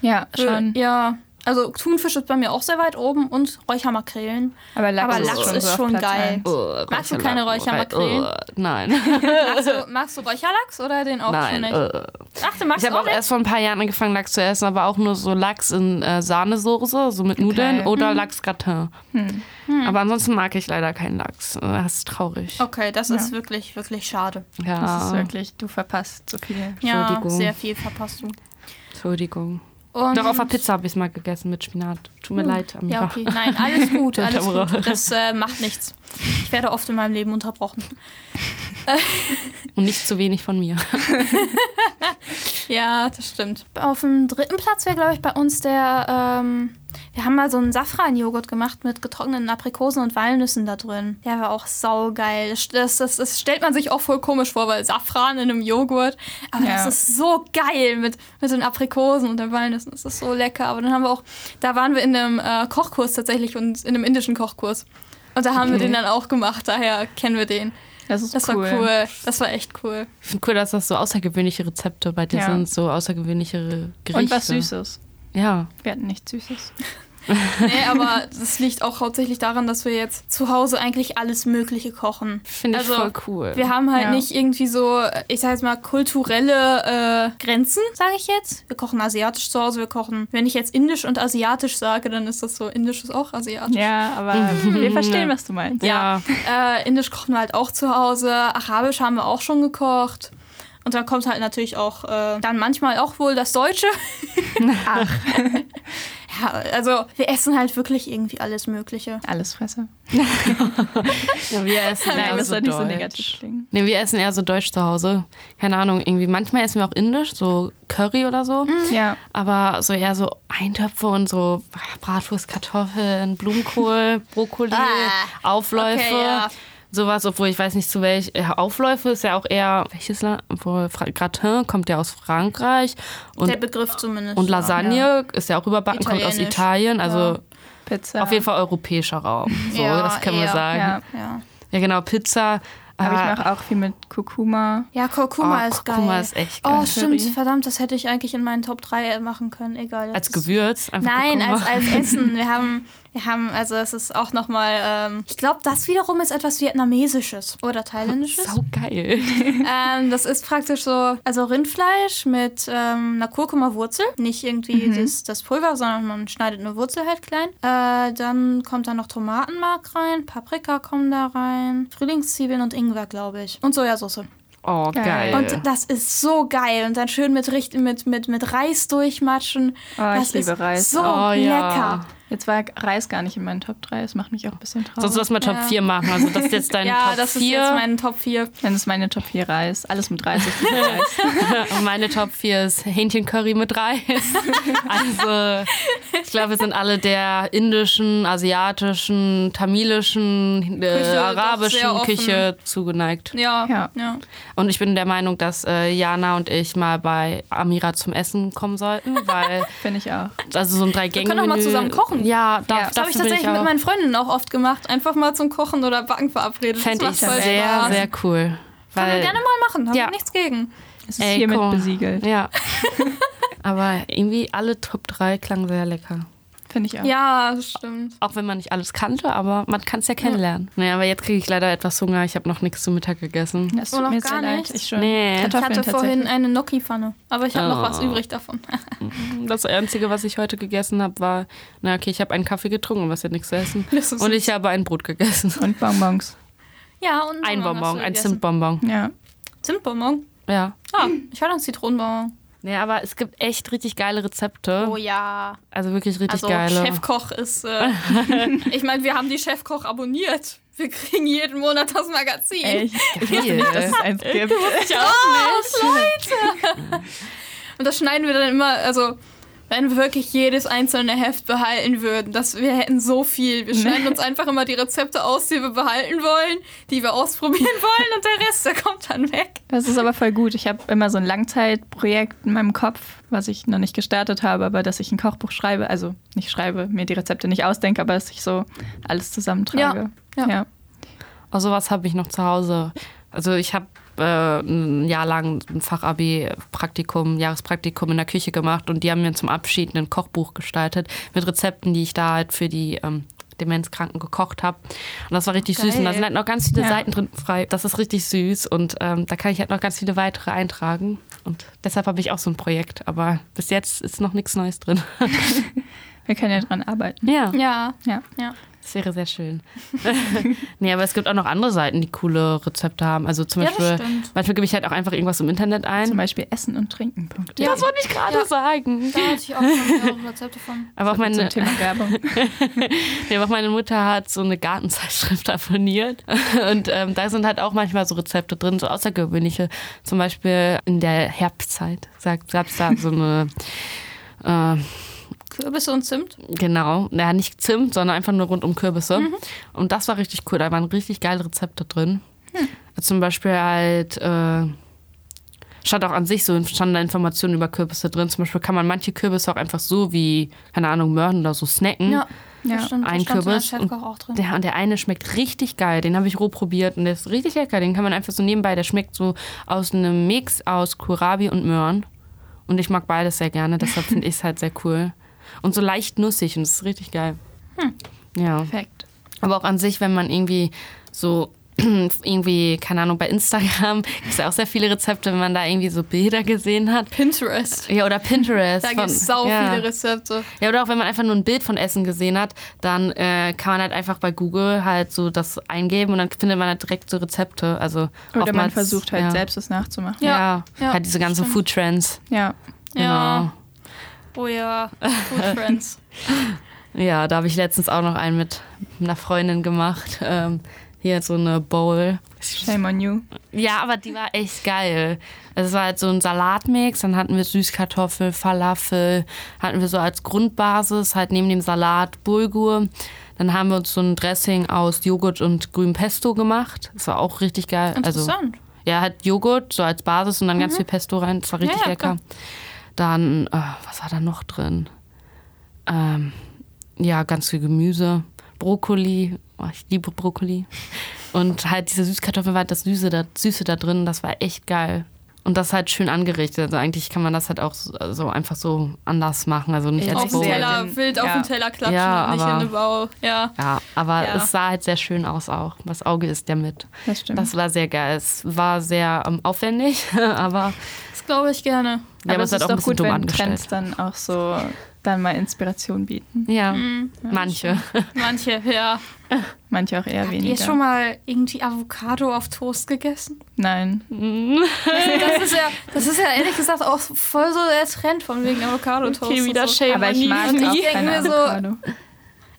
Speaker 1: Ja,
Speaker 2: Äh,
Speaker 1: schon.
Speaker 2: Ja, Also Thunfisch ist bei mir auch sehr weit oben und Räuchermakrelen.
Speaker 1: Aber Lachs,
Speaker 2: Aber Lachs
Speaker 1: so
Speaker 2: ist schon
Speaker 1: Platz
Speaker 2: geil.
Speaker 1: eins.
Speaker 3: Oh,
Speaker 2: Magst du keine Räuchermakrelen?
Speaker 3: Oh, nein.
Speaker 2: Magst du, magst du Räucherlachs oder den auch schon
Speaker 3: nein.
Speaker 2: nicht?
Speaker 3: äh.
Speaker 2: Ach, du magst
Speaker 3: Ich habe
Speaker 2: auch
Speaker 3: auch
Speaker 2: nicht?
Speaker 3: erst vor ein paar Jahren angefangen, Lachs zu essen, aber auch nur so Lachs in äh, Sahnesoße, so mit Nudeln
Speaker 2: Mhm.
Speaker 3: oder Lachsgratin.
Speaker 2: Hm.
Speaker 3: Aber ansonsten mag ich leider keinen Lachs. Äh, Das ist traurig.
Speaker 2: Okay, das ist wirklich, wirklich schade.
Speaker 3: Ja.
Speaker 1: Das ist wirklich, du verpasst so viel.
Speaker 2: Ja,
Speaker 3: Entschuldigung.
Speaker 2: sehr viel verpasst du. Und-
Speaker 3: Entschuldigung.
Speaker 2: Hm.
Speaker 3: Doch auf der Pizza habe ich es mal gegessen mit Spinat. Tut mir leid. Amira.
Speaker 2: Ja, okay. Nein, alles gut,
Speaker 3: Der
Speaker 2: alles
Speaker 3: Tamara.
Speaker 2: gut. Das äh, macht nichts. Ich werde oft in meinem Leben unterbrochen.
Speaker 3: Und nicht zu wenig von mir.
Speaker 2: Ja, das stimmt. Auf dem dritten Platz wäre, glaube ich, bei uns der. Ähm, wir haben mal so einen Safran-Joghurt gemacht mit getrockneten Aprikosen und Walnüssen da drin. Der war auch saugeil. Das, das, das, das stellt man sich auch voll komisch vor, weil Safran in einem Joghurt. Aber
Speaker 1: Ja.
Speaker 2: das ist so geil mit, mit den Aprikosen und den Walnüssen. Das ist so lecker. Aber dann haben wir auch. Da waren wir in einem äh, Kochkurs tatsächlich und in einem indischen Kochkurs. Und da haben wir den dann auch gemacht. Daher kennen wir den.
Speaker 1: Das ist
Speaker 2: Das
Speaker 1: cool.
Speaker 2: war cool. Das war echt cool.
Speaker 3: Ich finde cool, dass das so außergewöhnliche Rezepte bei dir
Speaker 1: Ja.
Speaker 3: sind, so außergewöhnlichere Gerichte.
Speaker 1: Und was Süßes.
Speaker 3: Ja.
Speaker 1: Wir hatten nichts Süßes.
Speaker 2: Nee, aber das liegt auch hauptsächlich daran, dass wir jetzt zu Hause eigentlich alles Mögliche kochen.
Speaker 3: Finde ich
Speaker 2: Also,
Speaker 3: voll cool.
Speaker 2: Wir haben halt
Speaker 1: Ja.
Speaker 2: nicht irgendwie so, ich sag jetzt mal, kulturelle äh, Grenzen, sage ich jetzt. Wir kochen asiatisch zu Hause, wir kochen. Wenn ich jetzt indisch und asiatisch sage, dann ist das so, indisch ist auch asiatisch.
Speaker 1: Ja, aber wir verstehen, was du meinst.
Speaker 3: ja.
Speaker 2: Äh, indisch kochen wir halt auch zu Hause, arabisch haben wir auch schon gekocht. Und dann kommt halt natürlich auch äh, dann manchmal auch wohl das Deutsche. Ach. ja, also wir essen halt wirklich irgendwie alles Mögliche.
Speaker 1: Alles Fresse.
Speaker 3: ja, wir essen
Speaker 1: Nein,
Speaker 3: eher
Speaker 1: das
Speaker 3: so
Speaker 1: soll nicht so
Speaker 3: deutsch.
Speaker 1: negativ klingen.
Speaker 3: Nee, wir essen eher so deutsch zu Hause. Keine Ahnung, irgendwie. Manchmal essen wir auch indisch, so Curry oder so.
Speaker 1: Ja,
Speaker 3: Aber so eher so Eintöpfe und so Bratwurst, Kartoffeln, Blumenkohl, Brokkoli,
Speaker 2: Ah,
Speaker 3: Aufläufe.
Speaker 2: okay, ja.
Speaker 3: Sowas, obwohl ich weiß nicht zu welch. Ja, Aufläufe ist ja auch eher. Welches Land? Obwohl, Fra- Gratin kommt ja aus Frankreich. Und,
Speaker 2: Der Begriff zumindest.
Speaker 3: und
Speaker 2: ja.
Speaker 3: Lasagne ist ja auch überbacken, kommt aus
Speaker 2: Italienisch.
Speaker 3: Italien. Also
Speaker 1: Pizza.
Speaker 3: auf jeden Fall europäischer Raum. So,
Speaker 2: Ja,
Speaker 3: das können wir
Speaker 2: eher,
Speaker 3: sagen. Ja,
Speaker 1: Ja.
Speaker 2: Ja,
Speaker 3: genau. Pizza.
Speaker 1: Aber
Speaker 3: äh,
Speaker 1: ich mache auch viel mit Kurkuma.
Speaker 2: ja Kurkuma
Speaker 3: Oh,
Speaker 2: ist geil.
Speaker 3: Kurkuma ist echt
Speaker 2: Oh,
Speaker 3: geil.
Speaker 2: stimmt.
Speaker 1: Curry.
Speaker 2: Verdammt, das hätte ich eigentlich in meinen Top 3 machen können. Egal. das
Speaker 3: Als
Speaker 2: ist-
Speaker 3: Gewürz? Einfach
Speaker 2: Nein,
Speaker 3: Kurkuma.
Speaker 2: als, als Essen. Wir haben, wir haben, also es ist auch nochmal, ähm, ich glaube, das wiederum ist etwas Vietnamesisches oder Thailändisches.
Speaker 3: Sau geil.
Speaker 2: Ähm, das ist praktisch so, also Rindfleisch mit ähm, einer Kurkuma-Wurzel. Nicht irgendwie
Speaker 3: Mhm.
Speaker 2: das, das Pulver, sondern man schneidet eine Wurzel halt klein. Äh, dann kommt da noch Tomatenmark rein, Paprika kommen da rein, Frühlingszwiebeln und Ingwer, glaube ich. Und Sojasauce.
Speaker 3: Oh,
Speaker 1: Geil.
Speaker 3: geil.
Speaker 2: Und das ist so geil. Und dann schön mit, Richt- mit, mit, mit Reis durchmatschen.
Speaker 1: Oh, ich
Speaker 2: das
Speaker 1: liebe
Speaker 2: ist
Speaker 1: Reis.
Speaker 2: so
Speaker 3: Oh, ja.
Speaker 2: lecker.
Speaker 1: Jetzt war Reis gar nicht in meinen Top 3. Das macht mich auch ein bisschen traurig.
Speaker 3: Sonst lass mal Top
Speaker 2: Ja.
Speaker 3: 4 machen. Also das ist jetzt dein
Speaker 2: ja,
Speaker 3: Top
Speaker 2: das
Speaker 3: 4.
Speaker 2: ist jetzt mein Top 4.
Speaker 1: Dann ist meine Top 4 Reis. Alles mit Reis. Ich liebe Reis.
Speaker 3: Und meine Top 4 ist Hähnchencurry mit Reis. also ich glaube, wir sind alle der indischen, asiatischen, tamilischen, äh,
Speaker 2: Küche doch sehr
Speaker 3: arabischen
Speaker 2: offen.
Speaker 3: Küche zugeneigt.
Speaker 2: Ja,
Speaker 1: Ja.
Speaker 2: ja.
Speaker 3: Und ich bin der Meinung, dass äh, Jana und ich mal bei Amira zum Essen kommen sollten, weil
Speaker 1: Finde ich auch.
Speaker 3: also so ein drei Gänge
Speaker 2: können auch mal zusammen kochen.
Speaker 3: Ja, da,
Speaker 1: Ja. Das
Speaker 2: Das habe ich
Speaker 3: dafür bin
Speaker 2: tatsächlich
Speaker 3: ich auch.
Speaker 2: mit meinen Freundinnen auch oft gemacht. Einfach mal zum Kochen oder Backen verabredet.
Speaker 3: Fände
Speaker 2: das
Speaker 3: ich
Speaker 2: macht voll
Speaker 3: sehr,
Speaker 2: Spaß.
Speaker 3: sehr cool.
Speaker 2: Können wir
Speaker 3: Weil-
Speaker 2: gerne mal machen, haben
Speaker 3: Ja.
Speaker 2: wir nichts gegen.
Speaker 1: Es ist
Speaker 3: Ey,
Speaker 1: hiermit
Speaker 3: komm.
Speaker 1: besiegelt.
Speaker 3: Ja. Aber irgendwie alle Top 3 klangen sehr lecker.
Speaker 1: Finde ich auch.
Speaker 2: Ja, das stimmt.
Speaker 3: Auch wenn man nicht alles kannte, aber man kann es ja kennenlernen. Naja, aber jetzt kriege ich leider etwas Hunger. Ich habe noch nichts zu Mittag gegessen.
Speaker 1: Das tut
Speaker 2: Oh, noch
Speaker 1: mir
Speaker 2: gar
Speaker 1: sehr leid.
Speaker 2: nichts?
Speaker 1: Ich schon.
Speaker 3: Nee.
Speaker 2: Ich
Speaker 1: Kartoffeln
Speaker 2: hatte vorhin
Speaker 1: tatsächlich.
Speaker 2: eine Gnocchi-Pfanne, aber ich habe noch
Speaker 3: Oh.
Speaker 2: was übrig davon.
Speaker 3: Hm, Das Einzige, was ich heute gegessen habe, war, na okay, ich habe einen Kaffee getrunken, um aber es hat nichts zu essen.
Speaker 2: Das ist
Speaker 3: Und ich habe ein Brot gegessen.
Speaker 1: Und Bonbons.
Speaker 2: ja, und
Speaker 3: Ein
Speaker 2: Bonbon hast
Speaker 3: Bonbon,
Speaker 2: du
Speaker 3: ein
Speaker 2: gegessen.
Speaker 3: Zimtbonbon.
Speaker 1: Ja.
Speaker 2: Zimtbonbon.
Speaker 3: Ja.
Speaker 2: Ah, ich hatte einen Zitronenbonbon.
Speaker 3: Naja, aber es gibt echt richtig geile Rezepte.
Speaker 2: Oh ja.
Speaker 3: Also wirklich richtig
Speaker 2: Also
Speaker 3: geile.
Speaker 2: Chefkoch ist. Äh, ich meine, wir haben die Chefkoch abonniert. Wir kriegen jeden Monat das Magazin.
Speaker 1: Ey, ich, ich wusste
Speaker 3: Geil.
Speaker 1: nicht, dass es eins gibt.
Speaker 2: Ich auch nicht. Und das schneiden wir dann immer, also wenn wir wirklich jedes einzelne Heft behalten würden, dass wir hätten so viel. Wir schneiden uns einfach immer die Rezepte aus, die wir behalten wollen, die wir ausprobieren wollen und der Rest, der kommt dann weg.
Speaker 1: Das ist aber voll gut. Ich habe immer so ein Langzeitprojekt in meinem Kopf, was ich noch nicht gestartet habe, aber dass ich ein Kochbuch schreibe, also nicht schreibe, mir die Rezepte nicht ausdenke, aber dass ich so alles zusammentrage.
Speaker 2: Ja, ja.
Speaker 3: Oh, sowas habe ich noch zu Hause. Also ich habe habe äh, ein Jahr lang ein Fachabi, Praktikum, Jahrespraktikum in der Küche gemacht und die haben mir zum Abschied ein Kochbuch gestaltet mit Rezepten, die ich da halt für die ähm, Demenzkranken gekocht habe. Und das war richtig süß. Und da sind halt noch ganz viele
Speaker 1: Ja.
Speaker 3: Seiten drin frei. Das ist richtig süß. Und ähm, da kann ich halt noch ganz viele weitere eintragen. Und deshalb habe ich auch so ein Projekt. Aber bis jetzt ist noch nichts Neues drin.
Speaker 1: Wir können ja dran arbeiten.
Speaker 3: Ja,
Speaker 2: Ja.
Speaker 1: Ja.
Speaker 2: ja.
Speaker 3: das wäre sehr schön. nee, aber es gibt auch noch andere Seiten, die coole Rezepte haben. Also zum
Speaker 2: Ja, das
Speaker 3: Beispiel,
Speaker 2: stimmt.
Speaker 3: manchmal gebe ich halt auch einfach irgendwas im Internet
Speaker 1: Zum
Speaker 3: ein.
Speaker 1: Beispiel Essen und Trinken. Punkt.
Speaker 2: Ja.
Speaker 3: Das wollte ich gerade
Speaker 2: Ja.
Speaker 3: sagen.
Speaker 2: Da hatte ich auch schon mehrere Rezepte von.
Speaker 3: Aber auch
Speaker 1: Zum
Speaker 3: meine,
Speaker 1: Thema Werbung.
Speaker 3: Ja, aber auch meine Mutter hat so eine Gartenzeitschrift abonniert. Und ähm, da sind halt auch manchmal so Rezepte drin, so außergewöhnliche. Zum Beispiel in der Herbstzeit gab es da so eine. Äh,
Speaker 2: Kürbisse und Zimt.
Speaker 3: genau, naja, nicht Zimt, sondern einfach nur rund um Kürbisse. Und das war richtig cool. Da waren richtig geile Rezepte drin. Zum Beispiel halt. Äh, Stand auch an sich so stand da Informationen über Kürbisse drin. Zum Beispiel kann man manche Kürbisse auch einfach so wie, keine Ahnung, Möhren oder so snacken.
Speaker 2: Ja.
Speaker 1: Ja.
Speaker 2: Das stimmt. da stand
Speaker 3: Ein
Speaker 2: in der
Speaker 3: Kürbis und
Speaker 2: Chefkoch auch drin.
Speaker 3: Der, und der eine schmeckt richtig geil. Den habe ich roh probiert und der ist richtig lecker. Den kann man einfach so nebenbei. Der schmeckt so aus einem Mix aus Kohlrabi und Möhren. Und ich mag beides sehr gerne. Deshalb finde ich es halt sehr cool. Und so leicht nussig und das ist richtig geil.
Speaker 2: Hm.
Speaker 3: Ja.
Speaker 1: Perfekt.
Speaker 3: Aber auch an sich, wenn man irgendwie so irgendwie, keine Ahnung, bei Instagram gibt es ja auch sehr viele Rezepte, wenn man da irgendwie so Bilder gesehen hat.
Speaker 2: Pinterest.
Speaker 3: Ja, oder Pinterest.
Speaker 2: Da gibt
Speaker 3: von-
Speaker 2: es sau
Speaker 3: ja.
Speaker 2: viele Rezepte.
Speaker 3: Ja, oder auch wenn man einfach nur ein Bild von Essen gesehen hat, dann äh, kann man halt einfach bei Google halt so das eingeben und dann findet man halt direkt so Rezepte. Also
Speaker 1: Oder man
Speaker 3: oftmals,
Speaker 1: versucht halt
Speaker 3: ja.
Speaker 1: selbst es nachzumachen.
Speaker 3: Ja,
Speaker 2: Ja,
Speaker 3: halt diese ganzen
Speaker 2: stimmt.
Speaker 3: Food Trends.
Speaker 1: Ja.
Speaker 2: Ja.
Speaker 3: Ja.
Speaker 2: Oh ja. Food Friends.
Speaker 3: Genau. Ja, da habe ich letztens auch noch einen mit einer Freundin gemacht. Ähm, hier so eine Bowl.
Speaker 1: Shame on you.
Speaker 3: Ja, aber die war echt geil. Es war halt so ein Salatmix, dann hatten wir Süßkartoffel, Falafel, hatten wir so als Grundbasis, halt neben dem Salat Bulgur. Dann haben wir uns so ein Dressing aus Joghurt und grünem Pesto gemacht. Das war auch richtig geil. Also,
Speaker 2: Interessant.
Speaker 3: ja, halt Joghurt so als Basis und dann ganz viel Pesto rein. Das war richtig
Speaker 2: Mhm. Ja, ja,
Speaker 3: lecker. Dann, äh, was war da noch drin? Ähm, ja, ganz viel Gemüse, Brokkoli. Oh, ich liebe Brokkoli. Und halt diese Süßkartoffel war das Süße da, Süße da drin. Das war echt geil. Und das halt schön angerichtet. Also eigentlich kann man das halt auch so so einfach so anders machen. Also nicht
Speaker 1: Ja,
Speaker 2: auf
Speaker 3: als
Speaker 1: Auf
Speaker 2: den
Speaker 1: den
Speaker 3: Bowl.
Speaker 2: Teller,
Speaker 1: Teller,
Speaker 2: wild auf
Speaker 1: ja.
Speaker 2: den Teller klatschen
Speaker 3: Ja,
Speaker 2: und nicht in
Speaker 3: aber-
Speaker 2: eine Bau. Ja.
Speaker 3: Ja, aber
Speaker 2: Ja.
Speaker 3: es sah halt sehr schön aus auch. Das Auge ist ja mit.
Speaker 1: Das stimmt.
Speaker 3: Das war sehr geil. Es war sehr ähm, aufwendig, aber
Speaker 2: Das glaube ich gerne.
Speaker 3: wir
Speaker 1: Aber
Speaker 3: haben uns
Speaker 1: es
Speaker 3: halt
Speaker 1: ist
Speaker 3: auch ein
Speaker 1: doch
Speaker 3: bisschen
Speaker 1: gut,
Speaker 3: dumm
Speaker 1: wenn
Speaker 3: angestellt.
Speaker 1: Trends dann auch so dann mal Inspiration bieten.
Speaker 3: Ja,
Speaker 1: Ja,
Speaker 3: manche.
Speaker 2: Manche, ja.
Speaker 1: Manche auch eher
Speaker 2: Habt ihr
Speaker 1: weniger.
Speaker 2: schon mal irgendwie Avocado auf Toast gegessen? Also
Speaker 1: Nein.
Speaker 2: Das ist ja, das ist ja ehrlich gesagt auch voll so der Trend von wegen Avocado-Toast. und so.
Speaker 1: Aber ich mag
Speaker 2: nie.
Speaker 1: auch
Speaker 2: Ich denk
Speaker 1: keine
Speaker 2: mir so-
Speaker 1: Avocado.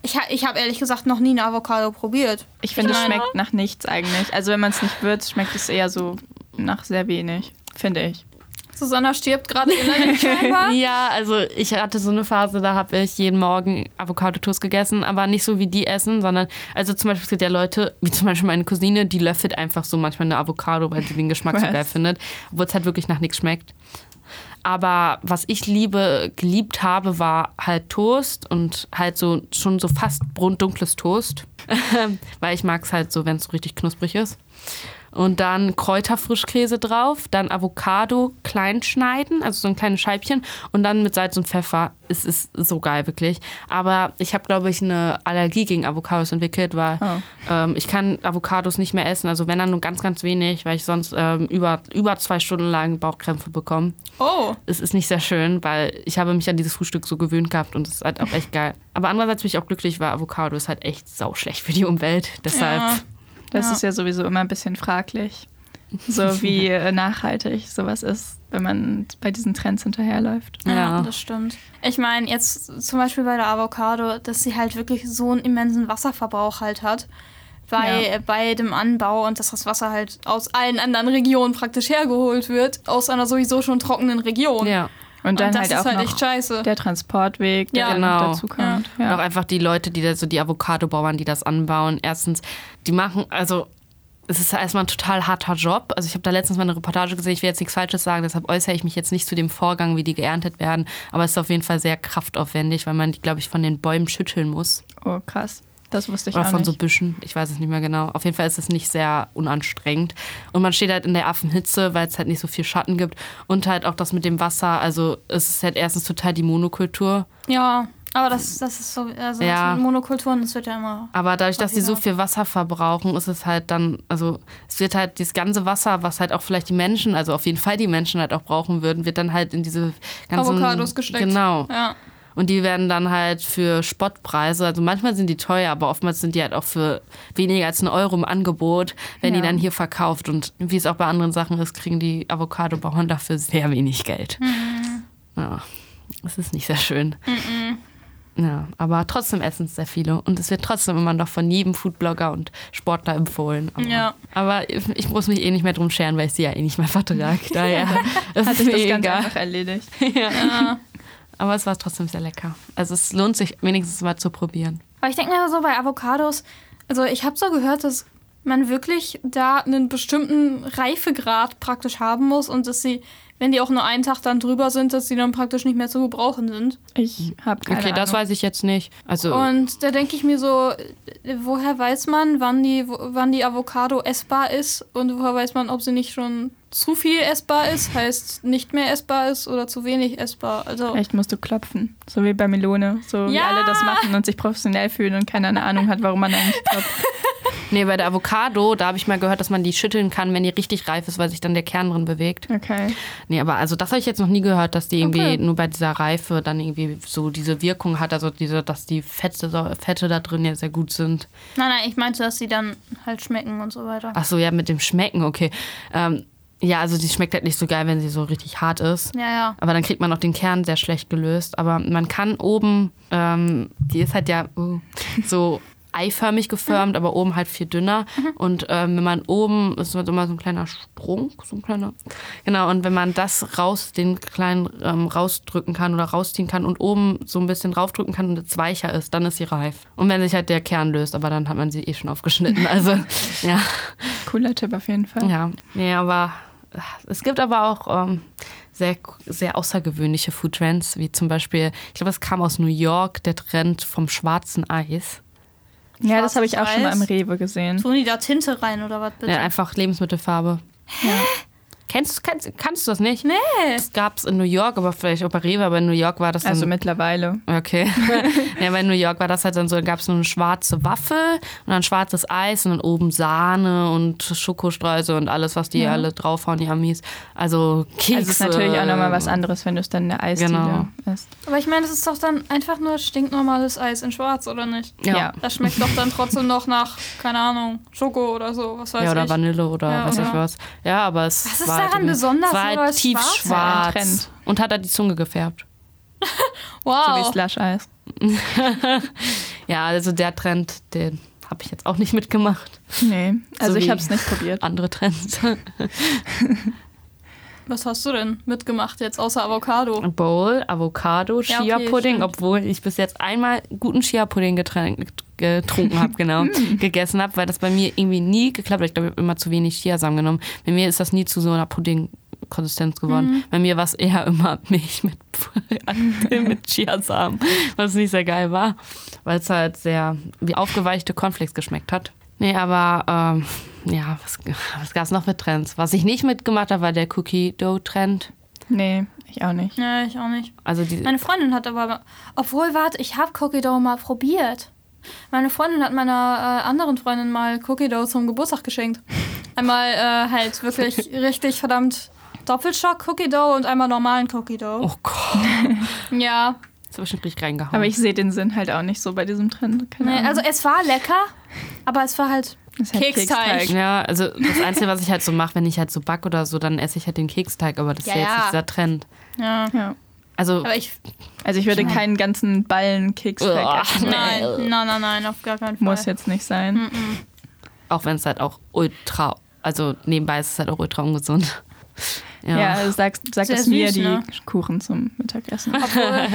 Speaker 2: Ich, ha- ich habe ehrlich gesagt noch nie eine Avocado probiert.
Speaker 1: Ich finde, es
Speaker 2: Nein.
Speaker 1: schmeckt nach nichts eigentlich. Also wenn man es nicht würzt, schmeckt es eher so nach sehr wenig, finde ich.
Speaker 2: Susanna stirbt gerade innerlich scheinbar.
Speaker 3: Ja, also ich hatte so eine Phase, da habe ich jeden Morgen Avocado-Toast gegessen, aber nicht so wie die essen, sondern, also zum Beispiel, es gibt ja Leute, wie zum Beispiel meine Cousine, die löffelt einfach so manchmal eine Avocado, weil sie den Geschmack so
Speaker 1: Was?
Speaker 3: geil findet, obwohl es halt wirklich nach nichts schmeckt. Aber was ich liebe, geliebt habe, war halt Toast und halt so schon so fast brun-dunkles Toast, weil ich mag es halt so, wenn es so richtig knusprig ist. Und dann Kräuterfrischkäse drauf, dann Avocado klein schneiden, also so ein kleines Scheibchen und dann mit Salz und Pfeffer. Es ist so geil, wirklich. Aber ich habe, glaube ich, eine Allergie gegen Avocados entwickelt, weil
Speaker 1: Oh.
Speaker 3: ähm, ich kann Avocados nicht mehr essen. Also wenn dann nur ganz, ganz wenig, weil ich sonst ähm, über, über zwei Stunden lang Bauchkrämpfe bekomme.
Speaker 2: Oh,
Speaker 3: Es ist nicht sehr schön, weil ich habe mich an dieses Frühstück so gewöhnt gehabt und es ist halt auch echt geil. Aber andererseits bin ich auch glücklich, weil Avocado ist halt echt sauschlecht für die Umwelt. Deshalb...
Speaker 2: Ja.
Speaker 1: Das
Speaker 2: Ja.
Speaker 1: ist ja sowieso immer ein bisschen fraglich, so wie äh, nachhaltig sowas ist, wenn man bei diesen Trends hinterherläuft.
Speaker 2: ja,
Speaker 3: Ja.
Speaker 2: das stimmt. Ich meine, jetzt zum Beispiel bei der Avocado, dass sie halt wirklich so einen immensen Wasserverbrauch halt hat. Bei, äh,
Speaker 1: Ja.
Speaker 2: bei dem Anbau und dass das Wasser halt aus allen anderen Regionen praktisch hergeholt wird, aus einer sowieso schon trockenen Region.
Speaker 3: ja.
Speaker 1: Und dann
Speaker 2: und das
Speaker 1: halt
Speaker 2: ist
Speaker 1: auch
Speaker 2: halt
Speaker 1: noch
Speaker 2: echt scheiße.
Speaker 1: der Transportweg, der
Speaker 2: Ja,
Speaker 1: dann noch
Speaker 3: genau.
Speaker 1: dazu kommt. Ja.
Speaker 3: Und auch einfach die Leute, die da so die Avocado-Bauern, die das anbauen. Erstens, die machen, also es ist ja erstmal ein total harter Job. Also ich habe da letztens mal eine Reportage gesehen, ich will jetzt nichts Falsches sagen, deshalb äußere ich mich jetzt nicht zu dem Vorgang, wie die geerntet werden. Aber es ist auf jeden Fall sehr kraftaufwendig, weil man die, glaube ich, von den Bäumen schütteln muss.
Speaker 1: Oh, krass. Das wusste ich
Speaker 3: Oder
Speaker 1: auch
Speaker 3: von
Speaker 1: nicht.
Speaker 3: so Büschen, ich weiß es nicht mehr genau. Auf jeden Fall ist es nicht sehr unanstrengend. Und man steht halt in der Affenhitze, weil es halt nicht so viel Schatten gibt. Und halt auch das mit dem Wasser. Also es ist halt erstens total die Monokultur.
Speaker 2: Ja, aber das, das ist so, also
Speaker 3: Ja.
Speaker 2: das mit Monokulturen, das wird ja immer.
Speaker 3: Aber dadurch, dass sie so
Speaker 2: Häufiger.
Speaker 3: viel Wasser verbrauchen, ist es halt dann, also es wird halt dieses ganze Wasser, was halt auch vielleicht die Menschen, also auf jeden Fall die Menschen halt auch brauchen würden, wird dann halt in diese ganzen...
Speaker 2: Avocados gesteckt.
Speaker 3: Genau.
Speaker 2: Ja.
Speaker 3: Und die werden dann halt für Spottpreise, also manchmal sind die teuer, aber oftmals sind die halt auch für weniger als einen Euro im Angebot, wenn die
Speaker 1: Ja.
Speaker 3: dann hier verkauft. Und wie es auch bei anderen Sachen ist, kriegen die Avocado-Bauern dafür sehr wenig Geld.
Speaker 1: Mhm.
Speaker 3: Ja, es ist nicht sehr schön. Ja, aber trotzdem essen es sehr viele. Und es wird trotzdem immer noch von jedem Foodblogger und Sportler empfohlen. Aber,
Speaker 2: Ja.
Speaker 3: aber ich ich muss mich eh nicht mehr drum scheren, weil ich sie ja eh nicht mehr vertrage. Daher
Speaker 1: Hat
Speaker 3: ist
Speaker 1: sich
Speaker 3: mir
Speaker 1: das Ganze
Speaker 3: egal.
Speaker 1: einfach erledigt.
Speaker 3: Aber es war trotzdem sehr lecker. Also es lohnt sich wenigstens mal zu probieren.
Speaker 2: Aber ich denke mir so bei Avocados, also ich habe so gehört, dass man wirklich da einen bestimmten Reifegrad praktisch haben muss und dass sie, wenn die auch nur einen Tag dann drüber sind, dass sie dann praktisch nicht mehr zu gebrauchen sind.
Speaker 1: Ich habe keine
Speaker 3: Okay,
Speaker 1: Ahnung.
Speaker 3: das weiß ich jetzt nicht. Also
Speaker 2: Und da denke ich mir so, äh, woher weiß man, wann die, wo- wann die Avocado essbar ist und woher weiß man, ob sie nicht schon zu viel essbar ist, heißt nicht mehr essbar ist oder zu wenig essbar. Also
Speaker 3: Äh.
Speaker 1: Vielleicht musst du klopfen, so wie bei Melone, so wie
Speaker 2: Ja!
Speaker 1: alle das machen und sich professionell fühlen und keiner eine Ahnung hat, warum man eigentlich klopft.
Speaker 3: nee, bei der Avocado, da habe ich mal gehört, dass man die schütteln kann, wenn die richtig reif ist, weil sich dann der Kern drin bewegt.
Speaker 1: Okay.
Speaker 3: Nee, aber also das habe ich jetzt noch nie gehört, dass die irgendwie
Speaker 1: Okay.
Speaker 3: nur bei dieser Reife dann irgendwie so diese Wirkung hat, also diese, dass die Fette, so- Fette da drin ja sehr gut sind.
Speaker 2: nein, nein, ich meinte, dass sie dann halt schmecken und so weiter.
Speaker 3: Ach so, ja, mit dem Schmecken, okay. Ähm, ja, also die schmeckt halt nicht so geil, wenn sie so richtig hart ist.
Speaker 2: Ja, ja.
Speaker 3: Aber dann kriegt man auch den Kern sehr schlecht gelöst. Aber man kann oben, ähm, die ist halt ja uh, so eiförmig gefärmt, aber oben halt viel dünner. Und ähm, wenn man oben, ist halt immer so ein kleiner Sprung, so ein kleiner. Genau, und wenn man das raus, den kleinen ähm, rausdrücken kann oder rausziehen kann und oben so ein bisschen draufdrücken kann und es weicher ist, dann ist sie reif. Und wenn sich halt der Kern löst, aber dann hat man sie eh schon aufgeschnitten. Also, ja.
Speaker 1: Cooler Tipp auf jeden Fall.
Speaker 3: Ja, nee, aber äh, es gibt aber auch ähm, sehr, sehr außergewöhnliche Foodtrends, wie zum Beispiel, ich glaube, es kam aus New York, der Trend vom schwarzen Eis.
Speaker 1: Ja, das habe ich auch
Speaker 2: Schwarz-Weiß.
Speaker 1: schon mal im Rewe gesehen.
Speaker 2: Tun die da Tinte rein oder was bitte?
Speaker 3: Ja, einfach Lebensmittelfarbe. Kennst, kennst, kannst du das nicht? Nee. Das gab es in New York, aber vielleicht auch bei Rewe, aber in New York war das dann
Speaker 1: Also mittlerweile.
Speaker 3: Okay. ja, aber in New York war das halt dann so, gab es so eine schwarze Waffel und dann schwarzes Eis und dann oben Sahne und Schokostreusel und alles, was die alle draufhauen, die Amis. Also Kekse.
Speaker 1: Also es ist natürlich auch nochmal was anderes, wenn du es dann in der Eisdiele
Speaker 3: Genau.
Speaker 1: isst.
Speaker 2: Aber ich meine, das ist doch dann einfach nur stinknormales Eis in Schwarz, oder nicht?
Speaker 3: Ja.
Speaker 1: Ja.
Speaker 3: Ja.
Speaker 2: Das schmeckt doch dann trotzdem noch nach, keine Ahnung, Schoko oder so, was weiß
Speaker 3: oder
Speaker 2: ich.
Speaker 3: Vanille oder
Speaker 2: Ja,
Speaker 3: weiß ich
Speaker 2: oder-
Speaker 3: was. Ja, aber es
Speaker 2: Was ist
Speaker 3: war halt
Speaker 2: daran
Speaker 3: eben-
Speaker 2: besonders,
Speaker 3: es war
Speaker 2: nur
Speaker 3: halt
Speaker 2: als
Speaker 3: tief
Speaker 2: schwarz?
Speaker 1: Ja, ein
Speaker 3: schwarz.
Speaker 1: Trend.
Speaker 3: Und hat er die Zunge gefärbt.
Speaker 1: So wie
Speaker 2: Wow.
Speaker 1: Slush-Eis.
Speaker 3: Ja, also der Trend, den habe ich jetzt auch nicht mitgemacht.
Speaker 1: Nee, also
Speaker 3: So
Speaker 1: ich
Speaker 3: wie-
Speaker 1: habe es nicht probiert.
Speaker 3: Andere Trends.
Speaker 2: was hast du denn mitgemacht jetzt außer Avocado?
Speaker 3: Bowl, Avocado,
Speaker 2: Ja, okay,
Speaker 3: Chia-Pudding,
Speaker 2: stimmt.
Speaker 3: obwohl ich bis jetzt einmal guten Chia-Pudding geträn- getrunken habe, genau,
Speaker 2: Hm.
Speaker 3: gegessen habe, weil das bei mir irgendwie nie geklappt hat. Ich glaube, ich habe immer zu wenig Chiasamen genommen. Bei mir ist das nie zu so einer Pudding-Konsistenz geworden.
Speaker 2: Mhm.
Speaker 3: Bei mir war es eher immer Milch mit, mit Chiasamen, was nicht sehr geil war, weil es halt sehr wie aufgeweichte Cornflakes geschmeckt hat. Nee, aber ähm, ja, was, was gab es noch für Trends? Was ich nicht mitgemacht habe, war der Cookie-Dough-Trend.
Speaker 1: Nee, ich auch nicht.
Speaker 2: Ja, ich auch nicht.
Speaker 3: Also die,
Speaker 2: Meine Freundin hat aber, obwohl, warte, ich habe Cookie Dough mal probiert. Meine Freundin hat meiner äh, anderen Freundin mal Cookie Dough zum Geburtstag geschenkt. Einmal äh, halt wirklich richtig verdammt Doppelschock Cookie Dough und einmal normalen Cookie Dough.
Speaker 3: Oh Gott.
Speaker 2: Ja,
Speaker 3: Das habe ich schon richtig reingehauen.
Speaker 1: Aber ich sehe den Sinn halt auch nicht so bei diesem Trend. Keine
Speaker 2: nee,
Speaker 1: Ahnung.
Speaker 2: also es war lecker, aber es war halt
Speaker 1: Es ist halt
Speaker 2: Keksteig.
Speaker 3: ja, also das Einzige, was ich halt so mache, wenn ich halt so back oder so, dann esse ich halt den Keksteig, aber das
Speaker 2: Ja,
Speaker 3: ist ja jetzt
Speaker 2: ja.
Speaker 3: nicht dieser Trend.
Speaker 2: Ja.
Speaker 1: Ja.
Speaker 3: Also,
Speaker 2: Aber ich.
Speaker 1: Also ich würde keinen ganzen Ballen
Speaker 3: Uah.
Speaker 1: Keksteig essen.
Speaker 2: Nein, nein, nein, nein, auf gar keinen Fall.
Speaker 1: Muss jetzt nicht sein.
Speaker 2: Mhm.
Speaker 3: auch wenn es halt auch ultra, also nebenbei ist es halt auch ultra ungesund. Ja.
Speaker 1: Ja, also sag, sag
Speaker 2: Sehr
Speaker 1: es mir,
Speaker 2: süß,
Speaker 1: die
Speaker 2: ne?
Speaker 1: Kuchen zum Mittagessen.
Speaker 2: Obwohl,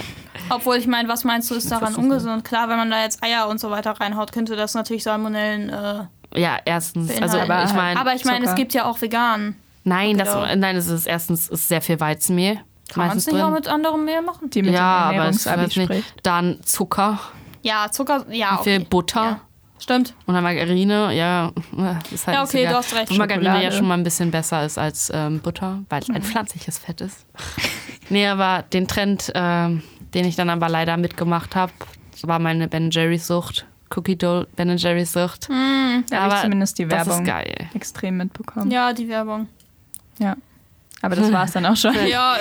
Speaker 2: obwohl ich meine, was meinst du, ist daran
Speaker 3: das so?
Speaker 2: ungesund? Klar, wenn man da jetzt Eier und so weiter reinhaut, könnte das natürlich Salmonellen. Äh,
Speaker 3: ja, erstens,
Speaker 2: beinhalten.
Speaker 3: also
Speaker 1: Aber-
Speaker 3: ich meine,
Speaker 2: halt. aber ich meine, es
Speaker 1: Zucker.
Speaker 2: gibt ja auch vegan.
Speaker 3: nein, das,
Speaker 2: Genau.
Speaker 3: nein, es ist erstens ist sehr viel Weizenmehl.
Speaker 2: Kann man es
Speaker 3: meistens
Speaker 2: nicht
Speaker 3: drin.
Speaker 2: auch mit anderem Mehl machen?
Speaker 1: Die mit
Speaker 3: ja,
Speaker 1: dem
Speaker 3: aber es
Speaker 1: Ernährungsabi
Speaker 3: weiß nicht.
Speaker 1: spricht.
Speaker 3: Dann Zucker,
Speaker 2: Ja, Zucker, ja.
Speaker 3: viel
Speaker 2: Ah, Okay.
Speaker 3: Butter.
Speaker 2: Ja. Stimmt.
Speaker 3: Und Margarine, ja, ist halt
Speaker 2: Ja,
Speaker 3: nicht
Speaker 2: okay,
Speaker 3: so geil.
Speaker 2: du hast recht.
Speaker 3: Und Margarine ja
Speaker 1: Schokolade.
Speaker 3: schon mal ein bisschen besser ist als ähm, Butter, weil
Speaker 2: Mhm.
Speaker 3: es ein pflanzliches Fett ist. nee, aber den Trend, ähm, den ich dann aber leider mitgemacht habe, war meine Ben Jerry's Sucht. Cookie Dough Ben Jerry's Sucht.
Speaker 2: Mhm,
Speaker 1: Da habe ich
Speaker 3: Aber
Speaker 1: zumindest die
Speaker 3: Das
Speaker 1: Werbung
Speaker 3: ist geil.
Speaker 1: extrem mitbekommen.
Speaker 2: Ja, die Werbung.
Speaker 1: Aber das war es dann auch schon.
Speaker 2: Ja,